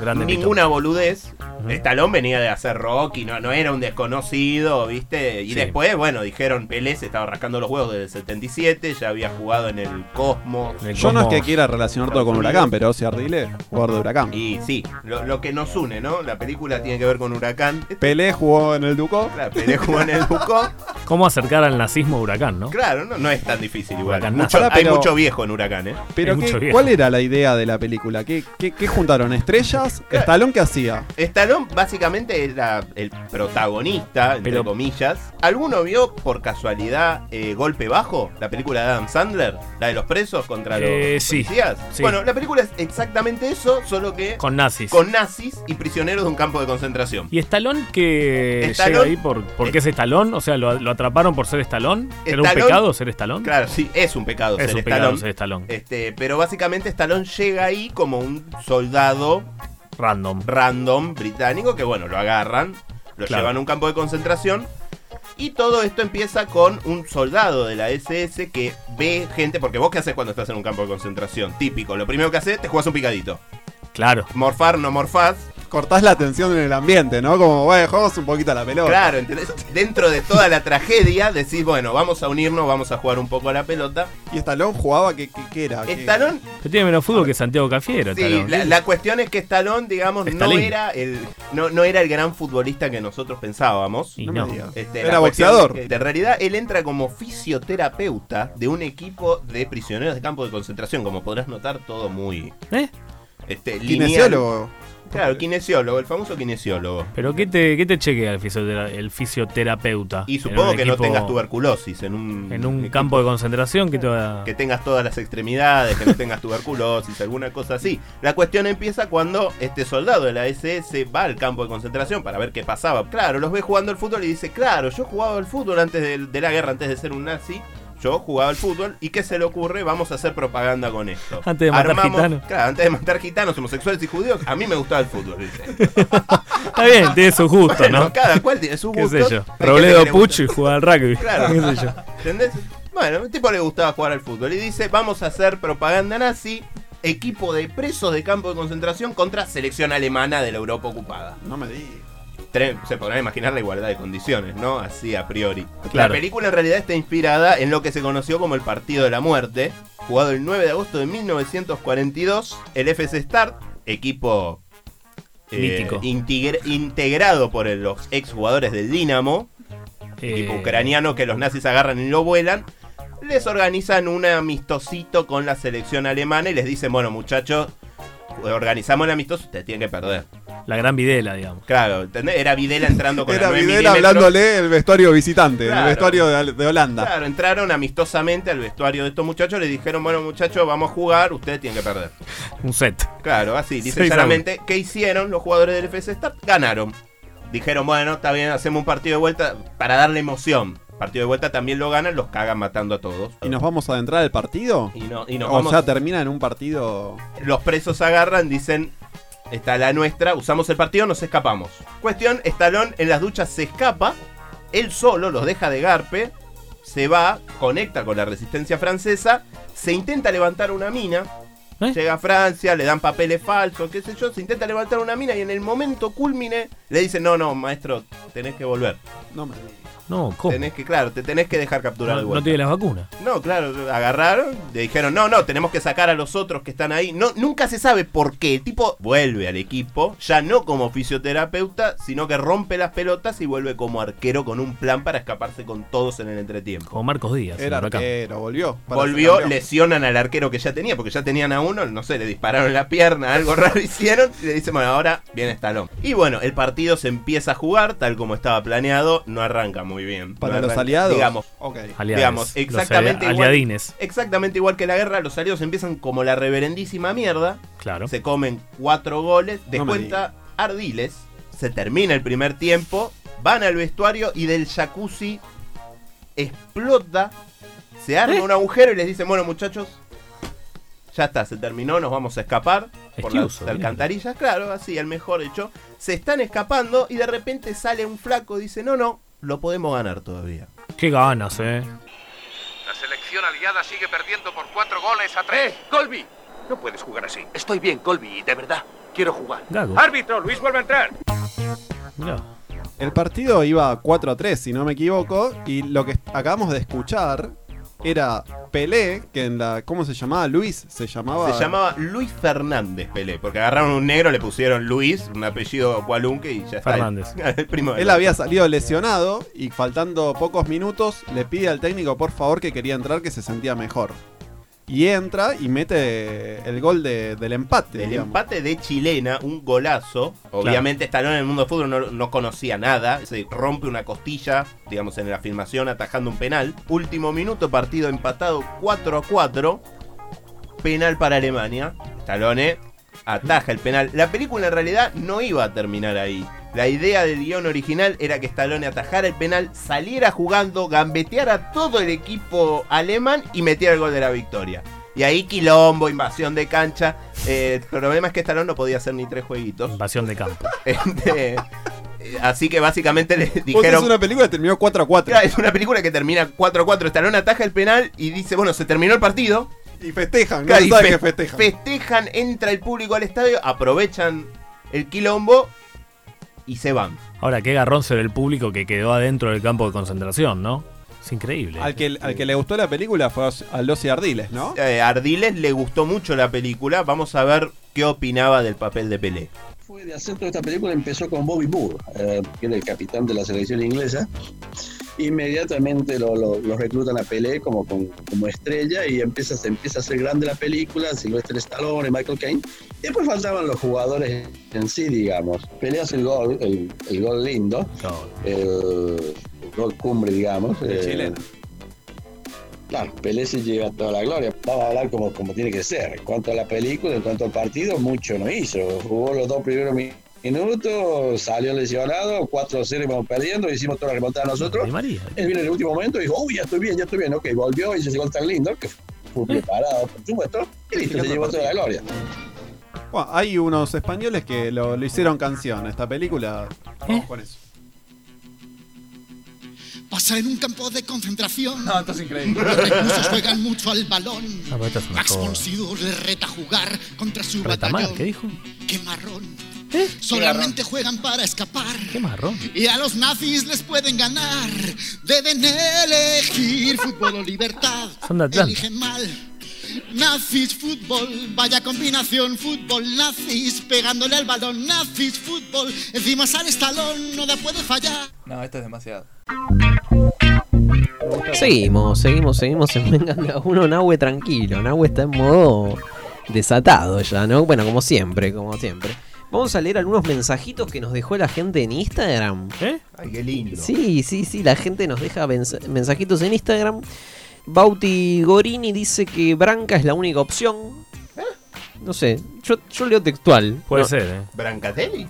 [SPEAKER 3] Grande
[SPEAKER 11] Ninguna boludez. Stallone venía de hacer rock y no, no era un desconocido, ¿viste? Y
[SPEAKER 3] Sí.
[SPEAKER 11] después, bueno, dijeron Pelé se estaba rascando los huevos desde el 77, ya había jugado en el Cosmos.
[SPEAKER 2] Yo no es que quiera relacionar todo con Huracán, pero Lucy Ardiles, jugador de Huracán.
[SPEAKER 11] Y sí, lo, lo que nos une, ¿no? La película tiene que ver con Huracán.
[SPEAKER 2] Pelé jugó en el Ducó.
[SPEAKER 11] La Pelé jugó en el Ducó.
[SPEAKER 3] ¿Cómo acercar al nazismo a Huracán, no?
[SPEAKER 11] Claro, no, no es tan difícil igual.
[SPEAKER 3] Huracán,
[SPEAKER 11] Mucho-
[SPEAKER 3] nada.
[SPEAKER 11] hay
[SPEAKER 3] Pero-
[SPEAKER 11] mucho viejo en Huracán, ¿eh?
[SPEAKER 2] Pero
[SPEAKER 11] Hay
[SPEAKER 2] qué-
[SPEAKER 11] mucho viejo.
[SPEAKER 2] ¿cuál era la idea de la película? ¿Qué, qué- qué juntaron? ¿Estrellas? ¿Estalón qué hacía?
[SPEAKER 11] Stallone básicamente era el protagonista, entre
[SPEAKER 2] Pero-
[SPEAKER 11] comillas. ¿Alguno vio por casualidad eh, Golpe Bajo? La película de Adam Sandler, la de los presos contra los
[SPEAKER 3] Eh, sí,
[SPEAKER 11] policías.
[SPEAKER 3] sí.
[SPEAKER 11] Bueno, la película es exactamente eso, solo que
[SPEAKER 3] Con nazis.
[SPEAKER 11] con nazis y prisioneros de un campo de concentración.
[SPEAKER 3] ¿Y Estalón que
[SPEAKER 11] Stallone-
[SPEAKER 3] llega ahí por, porque es Estalón? O sea, ¿lo, lo atraparon por ser Estalón? ¿Era un
[SPEAKER 11] Stallone-
[SPEAKER 3] pecado ser Estalón?
[SPEAKER 11] Claro, sí, es un pecado
[SPEAKER 3] Es
[SPEAKER 11] ser
[SPEAKER 3] un pecado
[SPEAKER 11] Stallone.
[SPEAKER 3] ser Stallone.
[SPEAKER 11] Este, pero básicamente Stallone llega ahí como un soldado
[SPEAKER 3] random,
[SPEAKER 11] random británico que bueno, lo agarran, lo
[SPEAKER 3] Claro.
[SPEAKER 11] llevan a un campo de concentración y todo esto empieza con un soldado de la SS que ve gente, porque vos qué haces cuando estás en un campo de concentración, típico, lo primero que haces te juegas un picadito.
[SPEAKER 3] Claro.
[SPEAKER 11] Morfar, no morfás.
[SPEAKER 2] Cortás la tensión en el ambiente, ¿no? Como, bueno, jugamos un poquito a la pelota.
[SPEAKER 11] Claro, ¿entendés? Dentro de toda la tragedia decís, bueno, vamos a unirnos, vamos a jugar un poco a la pelota.
[SPEAKER 2] ¿Y Stallone jugaba qué, qué- qué era? ¿Qué-
[SPEAKER 11] Stallone
[SPEAKER 3] Que tiene menos fútbol que Santiago Cafiero,
[SPEAKER 11] Sí,
[SPEAKER 3] Stallone.
[SPEAKER 11] la, la cuestión es que Stallone, digamos, no
[SPEAKER 3] Stallone.
[SPEAKER 11] era, el, no, no era el gran futbolista que nosotros pensábamos.
[SPEAKER 3] Y No me no. digas.
[SPEAKER 11] Este,
[SPEAKER 2] Era
[SPEAKER 11] la cuestión
[SPEAKER 2] boxeador.
[SPEAKER 11] es que, En realidad, él entra como fisioterapeuta de un equipo de prisioneros de campo de concentración. Como podrás notar, todo muy.
[SPEAKER 3] ¿Eh?
[SPEAKER 11] Este, lineal.
[SPEAKER 2] Kinesiólogo.
[SPEAKER 11] Claro, kinesiólogo, el famoso kinesiólogo.
[SPEAKER 3] ¿Pero qué te, qué te chequea el, fisiotera- el fisioterapeuta?
[SPEAKER 11] Y
[SPEAKER 3] En
[SPEAKER 11] supongo
[SPEAKER 3] un
[SPEAKER 11] que no
[SPEAKER 3] equipo-
[SPEAKER 11] tengas tuberculosis en un.
[SPEAKER 3] En un campo de concentración que te va-
[SPEAKER 11] que tengas todas las extremidades, que no tengas tuberculosis, alguna cosa así. La cuestión empieza cuando este soldado de la SS va al campo de concentración para ver qué pasaba. Claro, los ve jugando al fútbol y dice, claro, yo jugaba al fútbol antes de, de la guerra, antes de ser un nazi. Yo jugaba al fútbol y ¿qué se le ocurre? Vamos a hacer propaganda con esto.
[SPEAKER 3] Antes de matar gitanos.
[SPEAKER 11] Claro, antes de matar gitanos, homosexuales y judíos, a mí me gustaba el fútbol, dice.
[SPEAKER 3] Está bien, tiene su gusto,
[SPEAKER 11] Bueno,
[SPEAKER 3] ¿no?
[SPEAKER 11] cada cual tiene su gusto.
[SPEAKER 3] ¿Qué sé yo?
[SPEAKER 11] Hay gente que
[SPEAKER 3] Robledo
[SPEAKER 11] le gusta-
[SPEAKER 3] Pucho y juega al rugby.
[SPEAKER 11] Claro.
[SPEAKER 3] ¿Qué sé yo?
[SPEAKER 11] ¿Entendés? Bueno, el tipo le gustaba jugar al fútbol y dice, vamos a hacer propaganda nazi, equipo de presos de campo de concentración contra selección alemana de la Europa ocupada.
[SPEAKER 2] No me di.
[SPEAKER 11] Tre- Se podrán imaginar la igualdad de condiciones, ¿no? Así a priori. La
[SPEAKER 3] Claro.
[SPEAKER 11] película en realidad está inspirada en lo que se conoció como el Partido de la Muerte, jugado el 9 de agosto de 1942, el FC Start, equipo eh,
[SPEAKER 3] Mítico.
[SPEAKER 11] integre- integrado por el- los exjugadores del Dinamo, equipo
[SPEAKER 3] Eh,
[SPEAKER 11] ucraniano que los nazis agarran y lo vuelan, les organizan un amistosito con la selección alemana y les dicen, bueno muchachos, organizamos el amistoso, ustedes tienen que perder.
[SPEAKER 3] La gran videla, digamos.
[SPEAKER 11] Claro, ¿entendés? Era Videla entrando con
[SPEAKER 2] Era
[SPEAKER 11] la 9
[SPEAKER 2] Videla
[SPEAKER 11] milímetros.
[SPEAKER 2] hablándole el vestuario visitante,
[SPEAKER 11] Claro.
[SPEAKER 2] el vestuario de, de Holanda.
[SPEAKER 11] Claro, entraron amistosamente al vestuario de estos muchachos, les dijeron, bueno muchachos, vamos a jugar, ustedes tienen que perder.
[SPEAKER 3] Un set.
[SPEAKER 11] Claro, así, dice
[SPEAKER 3] Seis a
[SPEAKER 11] claramente, ¿qué hicieron los jugadores del FC Start? Ganaron. Dijeron, bueno, está bien, hacemos un partido de vuelta para darle emoción. Partido de vuelta también lo ganan, los cagan matando a todos.
[SPEAKER 2] ¿Y nos vamos a adentrar al partido?
[SPEAKER 11] Y no- y nos
[SPEAKER 2] o
[SPEAKER 11] vamos-
[SPEAKER 2] sea, termina en un partido.
[SPEAKER 11] Los presos agarran, dicen, está la nuestra, usamos el partido, nos escapamos. Cuestión, Estalón en las duchas se escapa, él solo los deja de garpe, se va, conecta con la resistencia francesa, se intenta levantar una mina,
[SPEAKER 3] ¿Eh?
[SPEAKER 11] llega a Francia, le dan papeles falsos, qué sé yo, se intenta levantar una mina y en el momento culmine le dicen, no, no, maestro, tenés que volver.
[SPEAKER 2] No, me-
[SPEAKER 3] No, ¿cómo?
[SPEAKER 11] Tenés que, claro, te tenés que dejar capturar
[SPEAKER 3] No,
[SPEAKER 11] de
[SPEAKER 3] no
[SPEAKER 11] vuelta.
[SPEAKER 3] tiene las vacunas.
[SPEAKER 11] No, claro, agarraron, le dijeron, no, no, tenemos que sacar a los otros que están ahí. No, nunca se sabe por qué. El tipo vuelve al equipo, ya no como fisioterapeuta, sino que rompe las pelotas y vuelve como arquero con un plan para escaparse con todos en el entretiempo.
[SPEAKER 3] Como Marcos Díaz.
[SPEAKER 2] Era
[SPEAKER 3] en Huracán.
[SPEAKER 2] arquero, volvió. para ser
[SPEAKER 11] Volvió,
[SPEAKER 2] campeón.
[SPEAKER 11] lesionan al arquero que ya tenía, porque ya tenían a uno, no sé, le dispararon la pierna, algo raro hicieron, y le dicen, bueno, ahora viene Stallone. Y bueno, el partido se empieza a jugar tal como estaba planeado, no arranca muy muy bien.
[SPEAKER 2] Para
[SPEAKER 11] La
[SPEAKER 2] los
[SPEAKER 11] verdad,
[SPEAKER 2] aliados.
[SPEAKER 11] Digamos,
[SPEAKER 2] Ok.
[SPEAKER 3] Aliades,
[SPEAKER 11] digamos
[SPEAKER 3] los
[SPEAKER 11] exactamente,
[SPEAKER 3] ali-
[SPEAKER 11] igual,
[SPEAKER 3] aliadines.
[SPEAKER 11] exactamente igual que la guerra, los aliados empiezan como la reverendísima mierda.
[SPEAKER 3] Claro.
[SPEAKER 11] Se comen cuatro goles,
[SPEAKER 2] me
[SPEAKER 11] descuenta Ardiles, se termina el primer tiempo, van al vestuario y del jacuzzi explota, se arma un agujero y les dicen, bueno muchachos, ya está, se terminó, nos vamos a escapar por las
[SPEAKER 3] Excusa, bien.
[SPEAKER 11] alcantarillas, claro, así, al mejor hecho. Se están escapando y de repente sale un flaco y dice, no, no, lo podemos ganar todavía.
[SPEAKER 3] Qué ganas, eh.
[SPEAKER 12] La selección aliada sigue perdiendo por cuatro goles a tres. ¡Eh, Colby, no puedes jugar así. Estoy bien, Colby, de verdad. Quiero jugar.
[SPEAKER 3] Gago.
[SPEAKER 12] Árbitro, Luis vuelve a entrar.
[SPEAKER 2] El partido iba 4 a 3, si no me equivoco, y lo que acabamos de escuchar era Pelé, que en la. ¿Cómo se llamaba? Luis se llamaba.
[SPEAKER 11] Se llamaba Luis Fernández Pelé, porque agarraron un negro, le pusieron Luis, un apellido cualunque y ya está.
[SPEAKER 2] Fernández.
[SPEAKER 11] El, primo de
[SPEAKER 2] Él
[SPEAKER 11] la-
[SPEAKER 2] había salido lesionado y faltando pocos minutos le pide al técnico por favor que quería entrar que se sentía mejor. Y entra y mete el gol de- del empate.
[SPEAKER 11] El
[SPEAKER 2] digamos.
[SPEAKER 11] empate de Chilena, un golazo. Obviamente, Estalón en el mundo del fútbol no, no conocía nada. Se rompe una costilla, digamos, en la filmación, atajando un penal. Último minuto, partido empatado 4 a 4. Penal para Alemania. Stallone ataja el penal. La película en realidad no iba a terminar ahí. La idea del guión original era que Stallone atajara el penal, saliera jugando, gambeteara a todo el equipo alemán y metiera el gol de la victoria. Y ahí quilombo, invasión de cancha. Eh, el problema es que Stallone no podía hacer ni tres jueguitos. Este,
[SPEAKER 3] Invasión de campo.
[SPEAKER 11] así que básicamente le
[SPEAKER 2] Vos es
[SPEAKER 11] dijeron...
[SPEAKER 2] una película que terminó 4 a 4.
[SPEAKER 11] Claro, es una película que termina 4-4. Stallone ataja el penal y dice, bueno, se terminó el partido.
[SPEAKER 2] Y festejan,
[SPEAKER 11] Claro,
[SPEAKER 2] no
[SPEAKER 11] y
[SPEAKER 2] saben
[SPEAKER 11] fe-
[SPEAKER 2] que festejan.
[SPEAKER 11] festejan, entra el público al estadio, aprovechan el quilombo y se van.
[SPEAKER 3] Ahora, qué garrón se ve el público que quedó adentro del campo de concentración, ¿no? Es increíble.
[SPEAKER 2] Al que, al que le gustó la película fue a Lucy Ardiles, ¿no?
[SPEAKER 11] Eh, a Ardiles le gustó mucho la película. Vamos a ver qué opinaba del papel de Pelé.
[SPEAKER 13] fue de acento de esta película empezó con Bobby Moore, eh, que era el capitán de la selección inglesa. Inmediatamente lo, lo- lo reclutan a Pelé como, con- como estrella y empieza, se empieza a ser grande la película, Sylvester Stallone, Michael Caine. Y después faltaban los jugadores en sí, digamos. Pelé hace el gol, el, el gol lindo, el, el gol cumbre, digamos.
[SPEAKER 2] El chileno.
[SPEAKER 13] Claro, Pelé se lleva toda la gloria. Vamos a hablar como, como tiene que ser. En cuanto a la película, en cuanto al partido, mucho no hizo. Jugó los dos primeros mi- minutos, salió lesionado, 4-0 íbamos perdiendo, hicimos toda la remontada nosotros. Él vino en el último momento y dijo, uy, ya estoy bien, ya estoy bien. Ok, volvió y se llegó tan lindo, que fue preparado, por supuesto, y listo, se llevó toda la gloria.
[SPEAKER 2] Bueno, hay unos españoles que lo, lo hicieron canción a esta película. Vamos con eso.
[SPEAKER 14] Pasa en un campo de concentración.
[SPEAKER 2] No, esto es increíble.
[SPEAKER 14] Los reclusos juegan mucho al balón.
[SPEAKER 3] Ah, pero esto es una
[SPEAKER 14] Max
[SPEAKER 3] joda.
[SPEAKER 14] von Sydow le reta a jugar contra su
[SPEAKER 3] Retamar,
[SPEAKER 14] batallón.
[SPEAKER 3] ¿qué dijo?
[SPEAKER 14] Qué marrón. Solamente juegan para escapar.
[SPEAKER 3] Qué marrón.
[SPEAKER 14] Y a los nazis les pueden ganar. Deben elegir fútbol o libertad.
[SPEAKER 3] Son de Atlanta.
[SPEAKER 14] Eligen mal. Nazis fútbol, vaya combinación fútbol, nazis pegándole al balón, nazis fútbol, encima sale Estalón, no la puede fallar.
[SPEAKER 15] No, esto es demasiado.
[SPEAKER 1] Seguimos, seguimos, seguimos en Vengan de a uno. Nahue tranquilo. Nahue está en modo desatado ya, ¿no? Bueno, como siempre, como siempre. Vamos a leer algunos mensajitos que nos dejó la gente en Instagram.
[SPEAKER 3] ¿Eh?
[SPEAKER 11] Ay, qué lindo.
[SPEAKER 1] Sí, sí, sí, la gente nos deja mens- mensajitos en Instagram. Bauti Gorini dice que Branca es la única opción. No sé, yo, yo leo textual.
[SPEAKER 3] Puede
[SPEAKER 1] No.
[SPEAKER 3] ser, ¿eh?
[SPEAKER 11] ¿Brancatelli?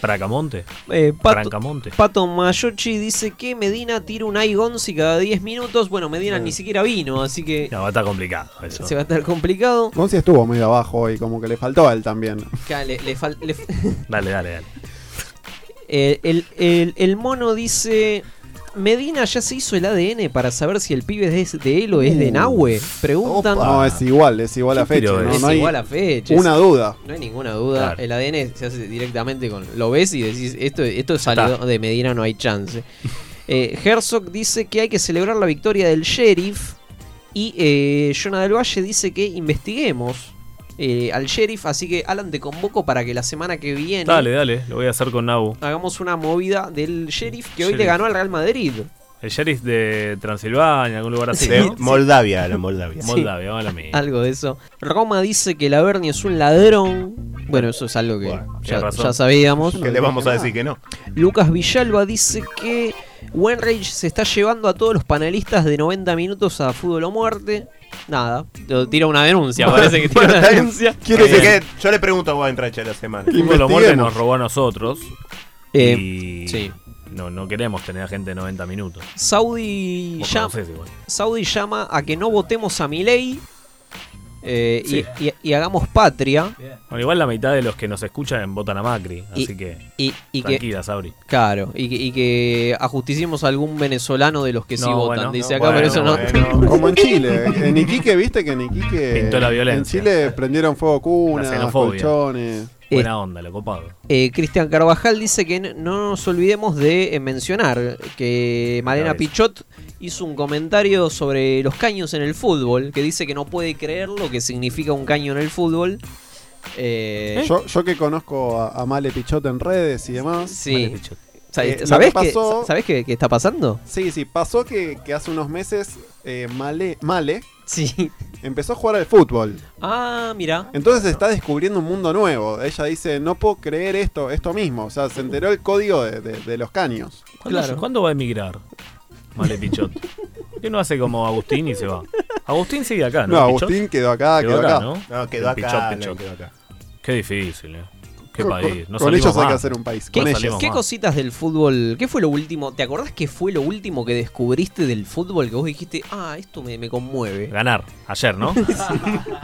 [SPEAKER 3] Bracamonte.
[SPEAKER 1] Eh, Pato-
[SPEAKER 3] Brancamonte.
[SPEAKER 1] Pato Mayochi dice que Medina tira un Igonzi cada 10 minutos. Bueno, Medina ni siquiera vino, así que
[SPEAKER 3] No, va a estar complicado eso.
[SPEAKER 1] se va a estar complicado.
[SPEAKER 2] Gonzi estuvo muy abajo hoy, como que le faltó a él también.
[SPEAKER 1] Acá le- le fal- le-
[SPEAKER 3] Dale, dale, dale.
[SPEAKER 1] Eh, el, el- el mono dice... Medina ya se hizo el ADN para saber si el pibe es de él o es de
[SPEAKER 2] Uh.
[SPEAKER 1] Nahue. Preguntan...
[SPEAKER 2] No, es igual, es igual a fecha. No,
[SPEAKER 1] es
[SPEAKER 2] No hay
[SPEAKER 1] igual a fecha.
[SPEAKER 2] Una duda.
[SPEAKER 1] No hay ninguna duda. El ADN se hace directamente con. Lo ves y decís, esto, esto salió de Medina, no hay chance. Eh, Herzog dice que hay que celebrar la victoria del sheriff. Y eh, Jonah del Valle dice que investiguemos eh, al sheriff. Así que, Alan, te convoco para que la semana que viene
[SPEAKER 3] Dale, dale. Lo voy a hacer con Nabu.
[SPEAKER 1] hagamos una movida del sheriff que hoy le
[SPEAKER 3] Sheriff.
[SPEAKER 1] ganó al Real Madrid.
[SPEAKER 3] El sheriff de Transilvania, algún lugar así.
[SPEAKER 1] Sí,
[SPEAKER 3] ¿no?
[SPEAKER 1] sí. Moldavia,
[SPEAKER 11] la Moldavia.
[SPEAKER 3] Moldavia, vamos a la mía.
[SPEAKER 1] Algo de eso. Roma dice que la Bernie es un ladrón. Bueno, eso es algo que ya,
[SPEAKER 11] Tiene razón.
[SPEAKER 1] ya sabíamos.
[SPEAKER 11] ¿Qué le vamos a decir que no?
[SPEAKER 1] Lucas Villalba dice que Wenrage se está llevando a todos los panelistas de 90 minutos a fútbol o muerte. Nada, lo- tira una denuncia, parece que tira una denuncia.
[SPEAKER 11] Así que yo le pregunto a Weinreich a la semana.
[SPEAKER 3] El fútbol o muerte nos robó a nosotros.
[SPEAKER 1] Eh,
[SPEAKER 3] y no, no queremos tener a gente de 90 minutos.
[SPEAKER 1] Saudi,
[SPEAKER 3] Vos
[SPEAKER 1] llam-
[SPEAKER 3] conocés igual.
[SPEAKER 1] Saudi llama a que no votemos a Milei eh,
[SPEAKER 3] Sí.
[SPEAKER 1] y, y- y hagamos patria.
[SPEAKER 3] Bueno, igual la mitad de los que nos escuchan votan a Macri.
[SPEAKER 1] Y-
[SPEAKER 3] así que.
[SPEAKER 1] y- y que-
[SPEAKER 3] tranquila, Sabri.
[SPEAKER 1] Claro, y, que- y que ajusticemos a algún venezolano de los que sí
[SPEAKER 3] No,
[SPEAKER 1] votan,
[SPEAKER 3] bueno,
[SPEAKER 1] dice
[SPEAKER 3] no,
[SPEAKER 1] acá, pero eso
[SPEAKER 3] bueno,
[SPEAKER 1] no.
[SPEAKER 3] bueno.
[SPEAKER 2] Como en Chile. En Iquique, viste que en Iquique.
[SPEAKER 3] Pintó la violencia.
[SPEAKER 2] En Chile prendieron fuego
[SPEAKER 3] La
[SPEAKER 2] cunas,
[SPEAKER 3] xenofobia.
[SPEAKER 2] colchones.
[SPEAKER 3] Buena onda, lo copado.
[SPEAKER 1] Eh, Cristian Carvajal dice que n- no nos olvidemos de eh, mencionar que Malena
[SPEAKER 3] Cabeza.
[SPEAKER 1] Pichot hizo un comentario sobre los caños en el fútbol, que dice que no puede creer lo que significa un caño en el fútbol. Eh,
[SPEAKER 2] Yo, yo que conozco a, a Male Pichot en redes y demás.
[SPEAKER 1] sí. Sa-
[SPEAKER 2] Eh, lo
[SPEAKER 1] ¿Sabés,
[SPEAKER 2] que
[SPEAKER 1] qué-
[SPEAKER 2] pasó-
[SPEAKER 1] sa- ¿Sabés qué, qué está pasando?
[SPEAKER 2] Sí, sí, pasó que, que hace unos meses eh, Male, Male
[SPEAKER 1] sí.
[SPEAKER 2] empezó a jugar al fútbol.
[SPEAKER 1] Ah, mira.
[SPEAKER 2] Entonces está descubriendo un mundo nuevo. Ella dice, no puedo creer esto, esto mismo. O sea, se enteró el código de, de- de los caños.
[SPEAKER 3] ¿Cuándo, ¿cuándo va a emigrar? Male Pichot. ¿Qué no hace como Agustín y se va? Agustín sigue acá, ¿no?
[SPEAKER 2] No,
[SPEAKER 3] Pichot?
[SPEAKER 2] Agustín quedó acá, quedó acá.
[SPEAKER 11] No, quedó
[SPEAKER 3] El
[SPEAKER 11] acá, no, quedó acá.
[SPEAKER 3] Qué difícil, ¿eh? Qué
[SPEAKER 2] Con-
[SPEAKER 3] país. No
[SPEAKER 2] con
[SPEAKER 3] salimos
[SPEAKER 2] ellos hay
[SPEAKER 3] más.
[SPEAKER 2] que hacer un país,
[SPEAKER 3] No
[SPEAKER 1] ¿Qué,
[SPEAKER 3] salimos
[SPEAKER 1] qué
[SPEAKER 3] más.
[SPEAKER 1] cositas del fútbol? ¿Qué fue lo último? ¿Te acordás que fue lo último que descubriste del fútbol que vos dijiste, ah, esto me, me conmueve?
[SPEAKER 3] Ganar, ayer, ¿no?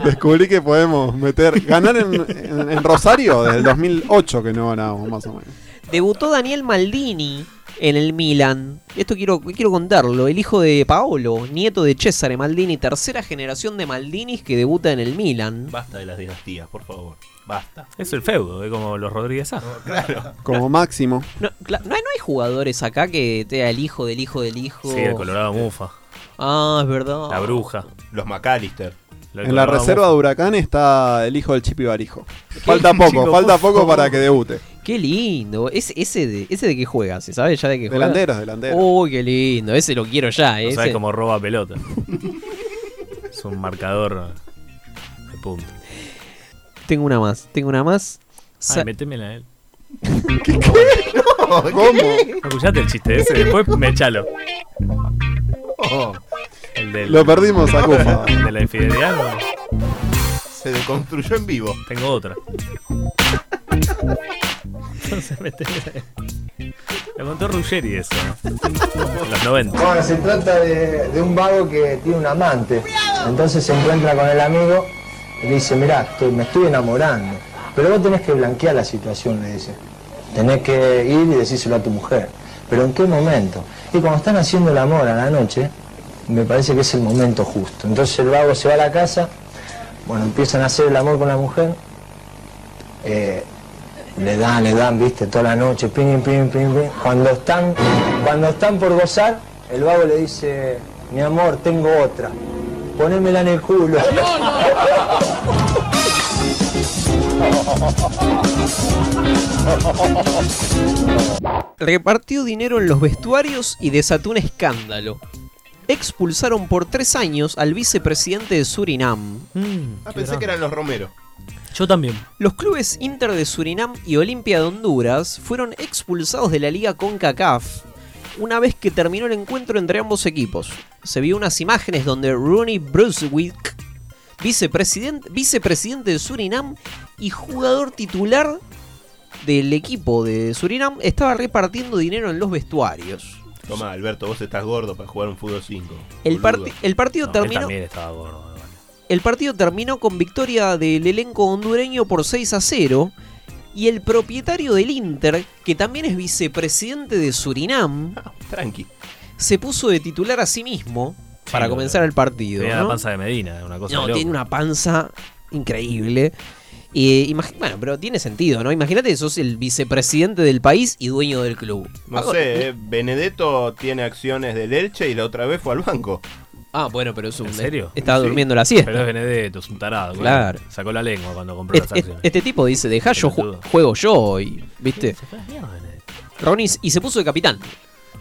[SPEAKER 2] Descubrí que podemos meter, ganar en, en- en Rosario desde el 2008 que no ganábamos, más o menos.
[SPEAKER 1] Debutó Daniel Maldini en el Milan. Esto quiero, quiero contarlo. El hijo de Paolo, nieto de Cesare Maldini, tercera generación de Maldinis que debuta en el Milan.
[SPEAKER 11] Basta de las dinastías, por favor. Basta. Oh,
[SPEAKER 3] Es el feudo, es como los Rodríguez A.
[SPEAKER 11] claro.
[SPEAKER 2] Como máximo.
[SPEAKER 1] No, cla- no hay, no hay jugadores acá que sea el hijo del hijo del hijo.
[SPEAKER 3] Sí, el Colorado Mufa.
[SPEAKER 1] Ah, es verdad.
[SPEAKER 3] La bruja.
[SPEAKER 11] Los McAllister.
[SPEAKER 2] En la reserva de Huracán está el hijo del Chipi Barijo. Falta poco,
[SPEAKER 1] Chico,
[SPEAKER 2] falta
[SPEAKER 1] por
[SPEAKER 2] poco
[SPEAKER 1] favor.
[SPEAKER 2] para que debute.
[SPEAKER 1] Qué lindo. Ese, ese, de, ese de qué juega, ¿se sabe ya de qué juega?
[SPEAKER 2] Delanteros, delanteros.
[SPEAKER 1] Uy, qué lindo. Ese lo quiero ya. eh.
[SPEAKER 3] No
[SPEAKER 1] ese.
[SPEAKER 3] sabe cómo roba pelota. es un marcador de punto.
[SPEAKER 1] Tengo una más, tengo una más. Sa-
[SPEAKER 3] Ay, métemela a él.
[SPEAKER 11] ¿Cómo?
[SPEAKER 3] ¿Escuchaste el chiste ese? Después me echalo. El del-
[SPEAKER 2] Oh. Lo perdimos a Kufa.
[SPEAKER 3] el de la infidelidad. ¿no?
[SPEAKER 11] Se deconstruyó en vivo.
[SPEAKER 3] Tengo otra.
[SPEAKER 15] Entonces, métele.
[SPEAKER 3] Lo contó Ruggeri eso. En los 90.
[SPEAKER 16] Bueno, se trata de, de un vago que tiene un amante. Entonces se encuentra con el amigo y le dice, mirá, estoy- me estoy enamorando. Pero vos tenés que blanquear la situación, le dice. Tenés que ir y decírselo a tu mujer. Pero ¿en qué momento? Y cuando están haciendo el amor a la noche, me parece que es el momento justo. Entonces el vago se va a la casa, bueno, empiezan a hacer el amor con la mujer. eh, le dan, le dan, viste, toda la noche, pim, pim, pim, pim. Cuando están, cuando están por gozar, el vago le dice, mi amor, tengo otra. Ponémela en el culo.
[SPEAKER 1] Repartió dinero en los vestuarios y desató un escándalo. Expulsaron por tres años al vicepresidente de Surinam.
[SPEAKER 11] Ah, pensé que eran los Romero.
[SPEAKER 3] Yo también.
[SPEAKER 1] Los clubes Inter de Surinam y Olimpia de Honduras fueron expulsados de la liga CONCACAF una vez que terminó el encuentro entre ambos equipos. Se vio unas imágenes donde Rooney Brunswick, vicepresidente, vicepresidente de Surinam y jugador titular del equipo de Surinam, estaba repartiendo dinero en los vestuarios.
[SPEAKER 11] Toma, Alberto, vos estás gordo para jugar un fútbol 5.
[SPEAKER 1] El,
[SPEAKER 11] boludo.
[SPEAKER 1] parti- el partido
[SPEAKER 11] No, él
[SPEAKER 1] terminó.
[SPEAKER 11] también
[SPEAKER 3] estaba gordo.
[SPEAKER 1] El partido terminó con victoria del elenco hondureño por 6 a 0. Y el propietario del Inter, que también es vicepresidente de Surinam,
[SPEAKER 11] tranqui.
[SPEAKER 1] se puso de titular a sí mismo para comenzar el partido.
[SPEAKER 3] Tenía
[SPEAKER 1] ¿no?
[SPEAKER 3] la panza de Medina, una cosa
[SPEAKER 1] No,
[SPEAKER 3] de loco.
[SPEAKER 1] tiene una panza increíble. Eh, imagi- bueno, pero tiene sentido, ¿no? Imagínate, sos el vicepresidente del país y dueño del club. Ah,
[SPEAKER 11] No
[SPEAKER 1] Hago-
[SPEAKER 11] sé, eh, Benedetto tiene acciones del Elche y la otra vez fue al banco.
[SPEAKER 1] Ah, bueno, pero es un.
[SPEAKER 3] ¿En serio?
[SPEAKER 1] Estaba durmiendo la siesta.
[SPEAKER 3] Pero es Benedetto, es un tarado. güey.
[SPEAKER 1] Claro.
[SPEAKER 3] Sacó la lengua cuando compró
[SPEAKER 1] Este,
[SPEAKER 3] las
[SPEAKER 1] este-
[SPEAKER 3] acciones.
[SPEAKER 1] este tipo dice, deja yo ju-
[SPEAKER 3] Pelotudo.
[SPEAKER 1] juego yo hoy, ¿viste? Ronnie y se puso de capitán.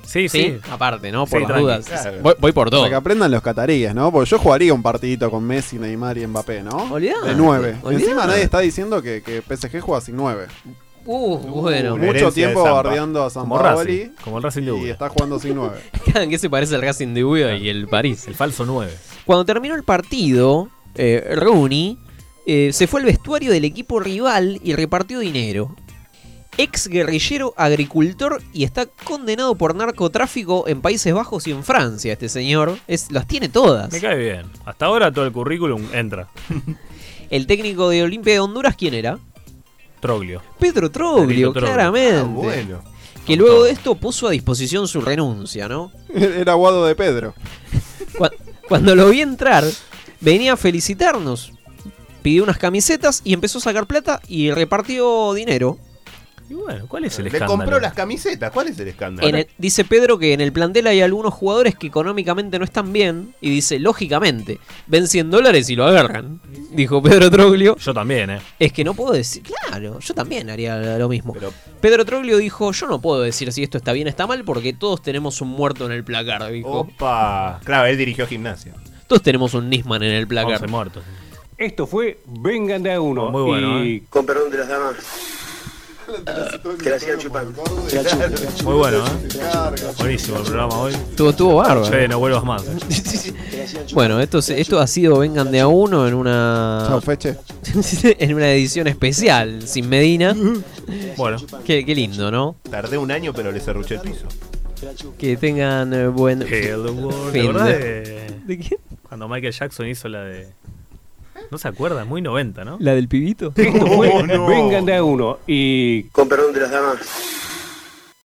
[SPEAKER 3] Sí,
[SPEAKER 2] sí.
[SPEAKER 1] Aparte, ¿no?
[SPEAKER 2] Sí,
[SPEAKER 1] Por las
[SPEAKER 2] tranqui,
[SPEAKER 1] dudas.
[SPEAKER 2] claro.
[SPEAKER 1] Voy, voy por todo.
[SPEAKER 2] Para que aprendan los cataríes, ¿no? Porque yo jugaría un partidito con Messi, Neymar y Mbappé, ¿no?
[SPEAKER 1] Olvidate,
[SPEAKER 2] de 9.
[SPEAKER 1] olvidate.
[SPEAKER 2] Encima nadie está diciendo que, que PSG juega sin 9.
[SPEAKER 1] Uh, bueno.
[SPEAKER 2] Mucho tiempo bardeando a San
[SPEAKER 1] Como Racing,
[SPEAKER 2] Paoli.
[SPEAKER 3] Como el Racing de
[SPEAKER 2] Y está jugando sin 9.
[SPEAKER 1] ¿En qué se parece el Racing de Ubio y el París? El
[SPEAKER 3] falso 9.
[SPEAKER 1] Cuando terminó el partido, eh, Rooney eh, se fue al vestuario del equipo rival y repartió dinero. Ex guerrillero, agricultor y está condenado por narcotráfico en Países Bajos y en Francia. Este señor es, las tiene todas.
[SPEAKER 3] Me cae bien. Hasta ahora todo el currículum entra.
[SPEAKER 1] El técnico de Olimpia de Honduras, ¿quién era?
[SPEAKER 3] Troglio.
[SPEAKER 1] Pedro Troglio,
[SPEAKER 3] Pedrito Troglio.
[SPEAKER 1] claramente.
[SPEAKER 3] Ah, bueno.
[SPEAKER 1] Que luego de esto puso a disposición su renuncia, ¿no?
[SPEAKER 2] Era aguado de Pedro.
[SPEAKER 1] Cuando lo vi entrar, venía a felicitarnos. Pidió unas camisetas y empezó a sacar plata y repartió dinero.
[SPEAKER 3] Y bueno, ¿cuál es el
[SPEAKER 11] Le
[SPEAKER 1] escándalo?
[SPEAKER 11] compró las camisetas. ¿Cuál es el escándalo?
[SPEAKER 1] En el- dice Pedro que en el plantel hay algunos jugadores que económicamente no están bien. Y dice, lógicamente, ven 100 dólares y lo agarran. Dijo Pedro Troglio.
[SPEAKER 3] Yo también, ¿eh?
[SPEAKER 1] Es que no puedo decir. Claro, yo también haría lo mismo. Pedro Troglio dijo: Yo no puedo decir si esto está bien o está mal porque todos tenemos un muerto en el placar. Dijo.
[SPEAKER 3] Oh.
[SPEAKER 11] Opa. Claro, él dirigió gimnasia.
[SPEAKER 1] Todos tenemos un Nisman en el placar.
[SPEAKER 11] 11
[SPEAKER 3] muertos.
[SPEAKER 17] Esto fue Vengan de a uno.
[SPEAKER 1] Muy bueno,
[SPEAKER 17] y
[SPEAKER 1] ¿eh?
[SPEAKER 17] con perdón de las damas.
[SPEAKER 13] Que la sigan chupando.
[SPEAKER 3] Muy bueno, ¿eh? Buenísimo el programa hoy.
[SPEAKER 1] Estuvo, estuvo bárbaro. eh.
[SPEAKER 3] Che, no vuelvas más.
[SPEAKER 1] Bueno, esto, se- esto ha sido Vengan de a uno en una.
[SPEAKER 2] Chao, Feche.
[SPEAKER 1] en una edición especial, sin Medina.
[SPEAKER 3] Bueno.
[SPEAKER 1] Qué, qué lindo, ¿no?
[SPEAKER 11] Tardé un año, pero le cerruché el piso.
[SPEAKER 1] Que tengan eh, buen.
[SPEAKER 3] Hello World.
[SPEAKER 1] fin
[SPEAKER 3] ¿Te acordás
[SPEAKER 1] de-
[SPEAKER 3] de...
[SPEAKER 1] quién?
[SPEAKER 3] Cuando Michael Jackson hizo la de. No se acuerda, muy 90, ¿no?
[SPEAKER 1] ¿La del pibito?
[SPEAKER 17] Esto fue
[SPEAKER 3] No, no.
[SPEAKER 17] Vengan de a uno. Y con perdón de las damas.